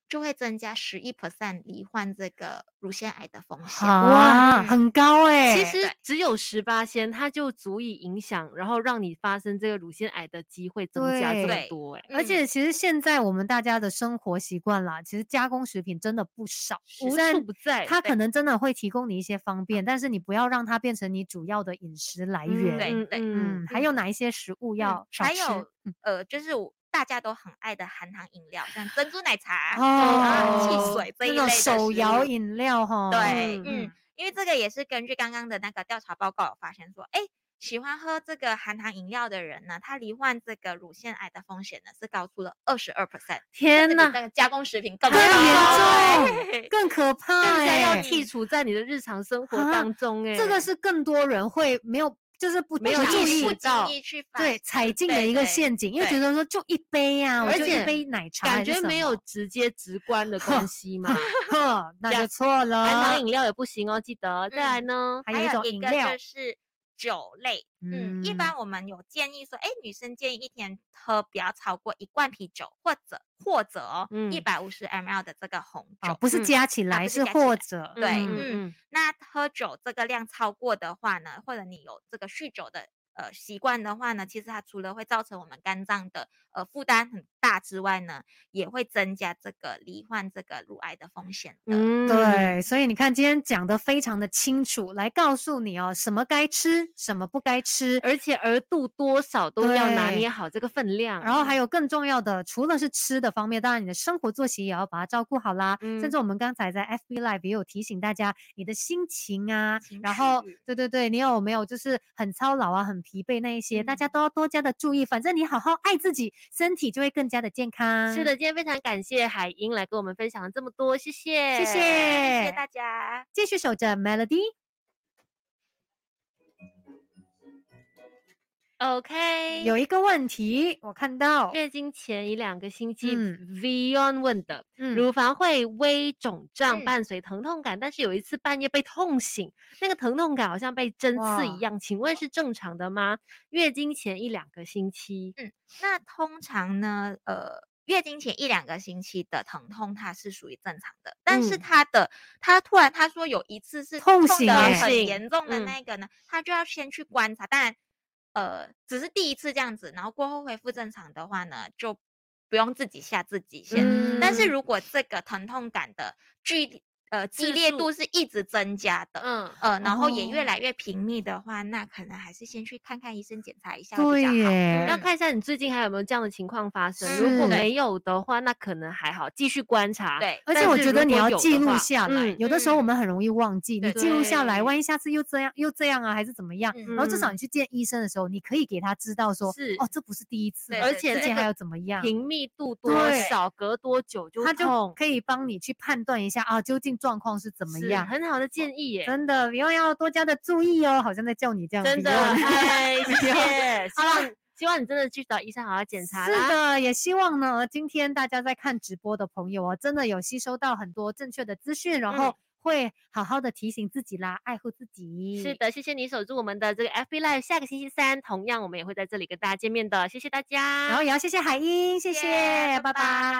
[SPEAKER 3] 就会增加十一 percent 罹患这个乳腺癌的风险。
[SPEAKER 1] 哇，
[SPEAKER 3] 嗯
[SPEAKER 1] 很高哎。
[SPEAKER 2] 其实只有十八仙，它就足以影响，然后让你发生这个乳腺癌的机会增加这么
[SPEAKER 1] 对
[SPEAKER 2] 多、欸，
[SPEAKER 1] 而
[SPEAKER 3] 嗯
[SPEAKER 1] 且其实现在我们大家的生活习惯啦，其实加工食品真的不少，
[SPEAKER 2] 无
[SPEAKER 1] 虽然
[SPEAKER 2] 处不在。
[SPEAKER 1] 它
[SPEAKER 3] 对
[SPEAKER 1] 可能真的会提供你一些方便，但是你不要让它变成你主要的饮食来源。
[SPEAKER 3] 对
[SPEAKER 2] 嗯
[SPEAKER 3] 对
[SPEAKER 1] 嗯，还有哪一些食物
[SPEAKER 3] 嗯
[SPEAKER 1] 要少
[SPEAKER 3] 还
[SPEAKER 1] 吃？
[SPEAKER 3] 有呃，就是我大家都很爱的含糖饮料，像珍珠奶茶、啊
[SPEAKER 1] 哦，
[SPEAKER 3] 汽水这一
[SPEAKER 1] 那
[SPEAKER 3] 类的
[SPEAKER 1] 种手摇
[SPEAKER 3] 食物
[SPEAKER 1] 饮料哈，
[SPEAKER 3] 对，嗯
[SPEAKER 2] 嗯，
[SPEAKER 3] 因为这个也是根据刚刚的那个调查报告有发现说，哎，喜欢喝这个含糖饮料的人呢，他罹患这个乳腺癌的风险呢是高出了二十二 percent，
[SPEAKER 2] 天
[SPEAKER 4] 那
[SPEAKER 2] 哪，
[SPEAKER 4] 个加工食品更
[SPEAKER 1] 更
[SPEAKER 3] 哦
[SPEAKER 4] 高
[SPEAKER 1] 严重，更可怕
[SPEAKER 2] 更加
[SPEAKER 1] 哎、
[SPEAKER 2] 要剔除在你的日常生活
[SPEAKER 1] 啊
[SPEAKER 2] 当中哎，
[SPEAKER 1] 这个是更多人会没有，就是不
[SPEAKER 2] 没有
[SPEAKER 1] 不注
[SPEAKER 2] 意
[SPEAKER 1] 意
[SPEAKER 3] 不
[SPEAKER 2] 识到
[SPEAKER 3] 经意去发
[SPEAKER 1] 对踩进
[SPEAKER 3] 对
[SPEAKER 1] 的一个
[SPEAKER 3] 对
[SPEAKER 1] 陷阱，因为
[SPEAKER 3] 对
[SPEAKER 1] 觉得说就一杯呀、我
[SPEAKER 2] 而
[SPEAKER 1] 就一
[SPEAKER 2] 且
[SPEAKER 1] 杯奶茶，
[SPEAKER 2] 感觉没有，直接直观的关系嘛。
[SPEAKER 1] 呵，那
[SPEAKER 2] 两
[SPEAKER 1] 就错
[SPEAKER 2] 含糖
[SPEAKER 1] 了。
[SPEAKER 2] 饮料也不行哦，记得。再
[SPEAKER 3] 嗯
[SPEAKER 2] 来呢，
[SPEAKER 1] 还
[SPEAKER 3] 还
[SPEAKER 1] 有一
[SPEAKER 3] 有
[SPEAKER 1] 种
[SPEAKER 3] 一
[SPEAKER 1] 饮
[SPEAKER 3] 个
[SPEAKER 1] 料
[SPEAKER 3] 就，是酒类，嗯，一般我们有建议说，哎，女生建议一天喝不要超过一罐啤酒，或者或者哦，一
[SPEAKER 2] 嗯
[SPEAKER 3] 百五十 ml 的这个红酒。
[SPEAKER 1] 哦，不是
[SPEAKER 2] 嗯
[SPEAKER 1] 加起来，
[SPEAKER 3] 不是
[SPEAKER 1] 是
[SPEAKER 3] 加起
[SPEAKER 1] 或
[SPEAKER 3] 来
[SPEAKER 1] 者
[SPEAKER 3] 对
[SPEAKER 2] 嗯
[SPEAKER 3] 嗯那喝酒这个量超过的话呢，或者你有这个酗酒的呃习惯的话呢，其实它除了会造成我们肝脏的呃负担很大之外呢，也会增加这个罹患这个乳癌的风险的。
[SPEAKER 2] 嗯，
[SPEAKER 1] 对，所以你看今天讲的非常的清楚，来告诉你哦，什么该吃，什么不该吃，
[SPEAKER 2] 而且额度多少都要拿
[SPEAKER 1] 对
[SPEAKER 2] 捏好这个分
[SPEAKER 3] 啊
[SPEAKER 2] 量，
[SPEAKER 1] 然后还有更重要的，除了是吃的方面，当然你的生活作息也要把它照顾好啦。甚
[SPEAKER 2] 嗯
[SPEAKER 1] 至我们刚才在 FB Live 也有提醒大家，你的心情啊，
[SPEAKER 3] 情
[SPEAKER 1] 然后
[SPEAKER 3] 绪
[SPEAKER 1] 对对对，你有没有就是很操劳啊、很疲惫那一些，大家
[SPEAKER 3] 嗯
[SPEAKER 1] 都要多加的注意。反正你好好爱自己，身体就会更加的健康。
[SPEAKER 2] 是的，，今天非常感谢海英来跟我们分享了这么多，谢谢，
[SPEAKER 1] 谢
[SPEAKER 3] 谢
[SPEAKER 1] 谢
[SPEAKER 3] 谢大家。
[SPEAKER 1] 继续守着 Melody。
[SPEAKER 2] OK，
[SPEAKER 1] 有一个问题我看到，
[SPEAKER 3] 哎
[SPEAKER 2] 月经前一两个星期、
[SPEAKER 1] 嗯
[SPEAKER 2] v i o n 问的，
[SPEAKER 1] 嗯，
[SPEAKER 2] 乳房会微肿胀，
[SPEAKER 3] 嗯
[SPEAKER 2] 伴随疼痛感，但是有一次半夜被痛醒，那个疼痛感好像被针刺
[SPEAKER 1] 哇
[SPEAKER 2] 一样，请问是正常的吗？月经前一两个星期，
[SPEAKER 3] 嗯那通常呢，呃，月经前一两个星期的疼痛它是属于正常的，但是
[SPEAKER 2] 嗯
[SPEAKER 3] 它的它突然他说有一次是
[SPEAKER 1] 痛
[SPEAKER 3] 痛
[SPEAKER 1] 醒
[SPEAKER 3] 得
[SPEAKER 1] 欸
[SPEAKER 3] 很
[SPEAKER 2] 醒
[SPEAKER 3] 严重的
[SPEAKER 2] 嗯
[SPEAKER 3] 那个呢，他就要先去观察，当然，呃，只是第一次这样子，然后过后恢复正常的话呢，就不用自己吓自己先。
[SPEAKER 1] 嗯
[SPEAKER 3] 但是如果这个疼痛感的剧呃激
[SPEAKER 2] 次
[SPEAKER 3] 烈
[SPEAKER 2] 数
[SPEAKER 3] 度是一直增加的，
[SPEAKER 2] 嗯，
[SPEAKER 3] 呃，然后也越
[SPEAKER 1] 哦
[SPEAKER 3] 来越频密的话，那可能还是先去看看医生检查一下会
[SPEAKER 1] 对
[SPEAKER 3] 比较好。
[SPEAKER 1] 耶，
[SPEAKER 2] 要看一下你最近还有没有这样的情况发生。如果
[SPEAKER 1] 是
[SPEAKER 2] 没有的话，那可能还好，继续观察。
[SPEAKER 3] 对，
[SPEAKER 1] 而且
[SPEAKER 2] 但
[SPEAKER 1] 我
[SPEAKER 2] 是
[SPEAKER 1] 觉
[SPEAKER 2] 如
[SPEAKER 1] 得你
[SPEAKER 2] 果
[SPEAKER 1] 要
[SPEAKER 2] 有
[SPEAKER 1] 记
[SPEAKER 2] 的
[SPEAKER 1] 录
[SPEAKER 2] 话
[SPEAKER 1] 下来，
[SPEAKER 2] 嗯
[SPEAKER 1] 有的时候我
[SPEAKER 3] 嗯
[SPEAKER 1] 们很容易忘记，你
[SPEAKER 3] 对
[SPEAKER 1] 记录下来，
[SPEAKER 2] 对
[SPEAKER 1] 万一下次又这样又这样啊，还是怎么样？
[SPEAKER 3] 嗯
[SPEAKER 1] 然后至少
[SPEAKER 2] 嗯
[SPEAKER 1] 你去见医生的时候，你可以给他知道说，
[SPEAKER 2] 是
[SPEAKER 1] 哦，这不是第一次
[SPEAKER 3] 对
[SPEAKER 1] 了，
[SPEAKER 2] 而
[SPEAKER 3] 对
[SPEAKER 2] 且
[SPEAKER 1] 之
[SPEAKER 3] 对
[SPEAKER 2] 这
[SPEAKER 1] 前还
[SPEAKER 2] 个
[SPEAKER 1] 有怎么样？
[SPEAKER 2] 频密度多
[SPEAKER 1] 对
[SPEAKER 2] 少，隔多久就哦
[SPEAKER 1] 他就
[SPEAKER 2] 痛，
[SPEAKER 1] 可以帮你去判断一下啊，究竟状况是怎么
[SPEAKER 2] 是
[SPEAKER 1] 样。哦
[SPEAKER 2] 很好的建议耶，
[SPEAKER 1] 真的，不要要多加的注意哦，好像在叫你这样。
[SPEAKER 2] 真 的，
[SPEAKER 1] Beyond
[SPEAKER 2] 哎，谢
[SPEAKER 1] 不用
[SPEAKER 2] 谢，希
[SPEAKER 1] 好啦
[SPEAKER 2] 望希望你真的去找医生好好 检查
[SPEAKER 1] 是
[SPEAKER 2] 啦。
[SPEAKER 1] 的，也希望呢，今天大家在看直播的朋友哦，真的有吸收到很多正确的资讯，然
[SPEAKER 2] 嗯
[SPEAKER 1] 后会好好的提醒自己啦，爱护自己。
[SPEAKER 2] 是的，谢谢你守住我们的这个 FB Live，下个星期三同样我们也会在这里跟大家见面的，谢谢大家。
[SPEAKER 1] 然后也要谢谢海英，谢谢，
[SPEAKER 3] 谢谢
[SPEAKER 1] 拜
[SPEAKER 3] 拜
[SPEAKER 1] 拜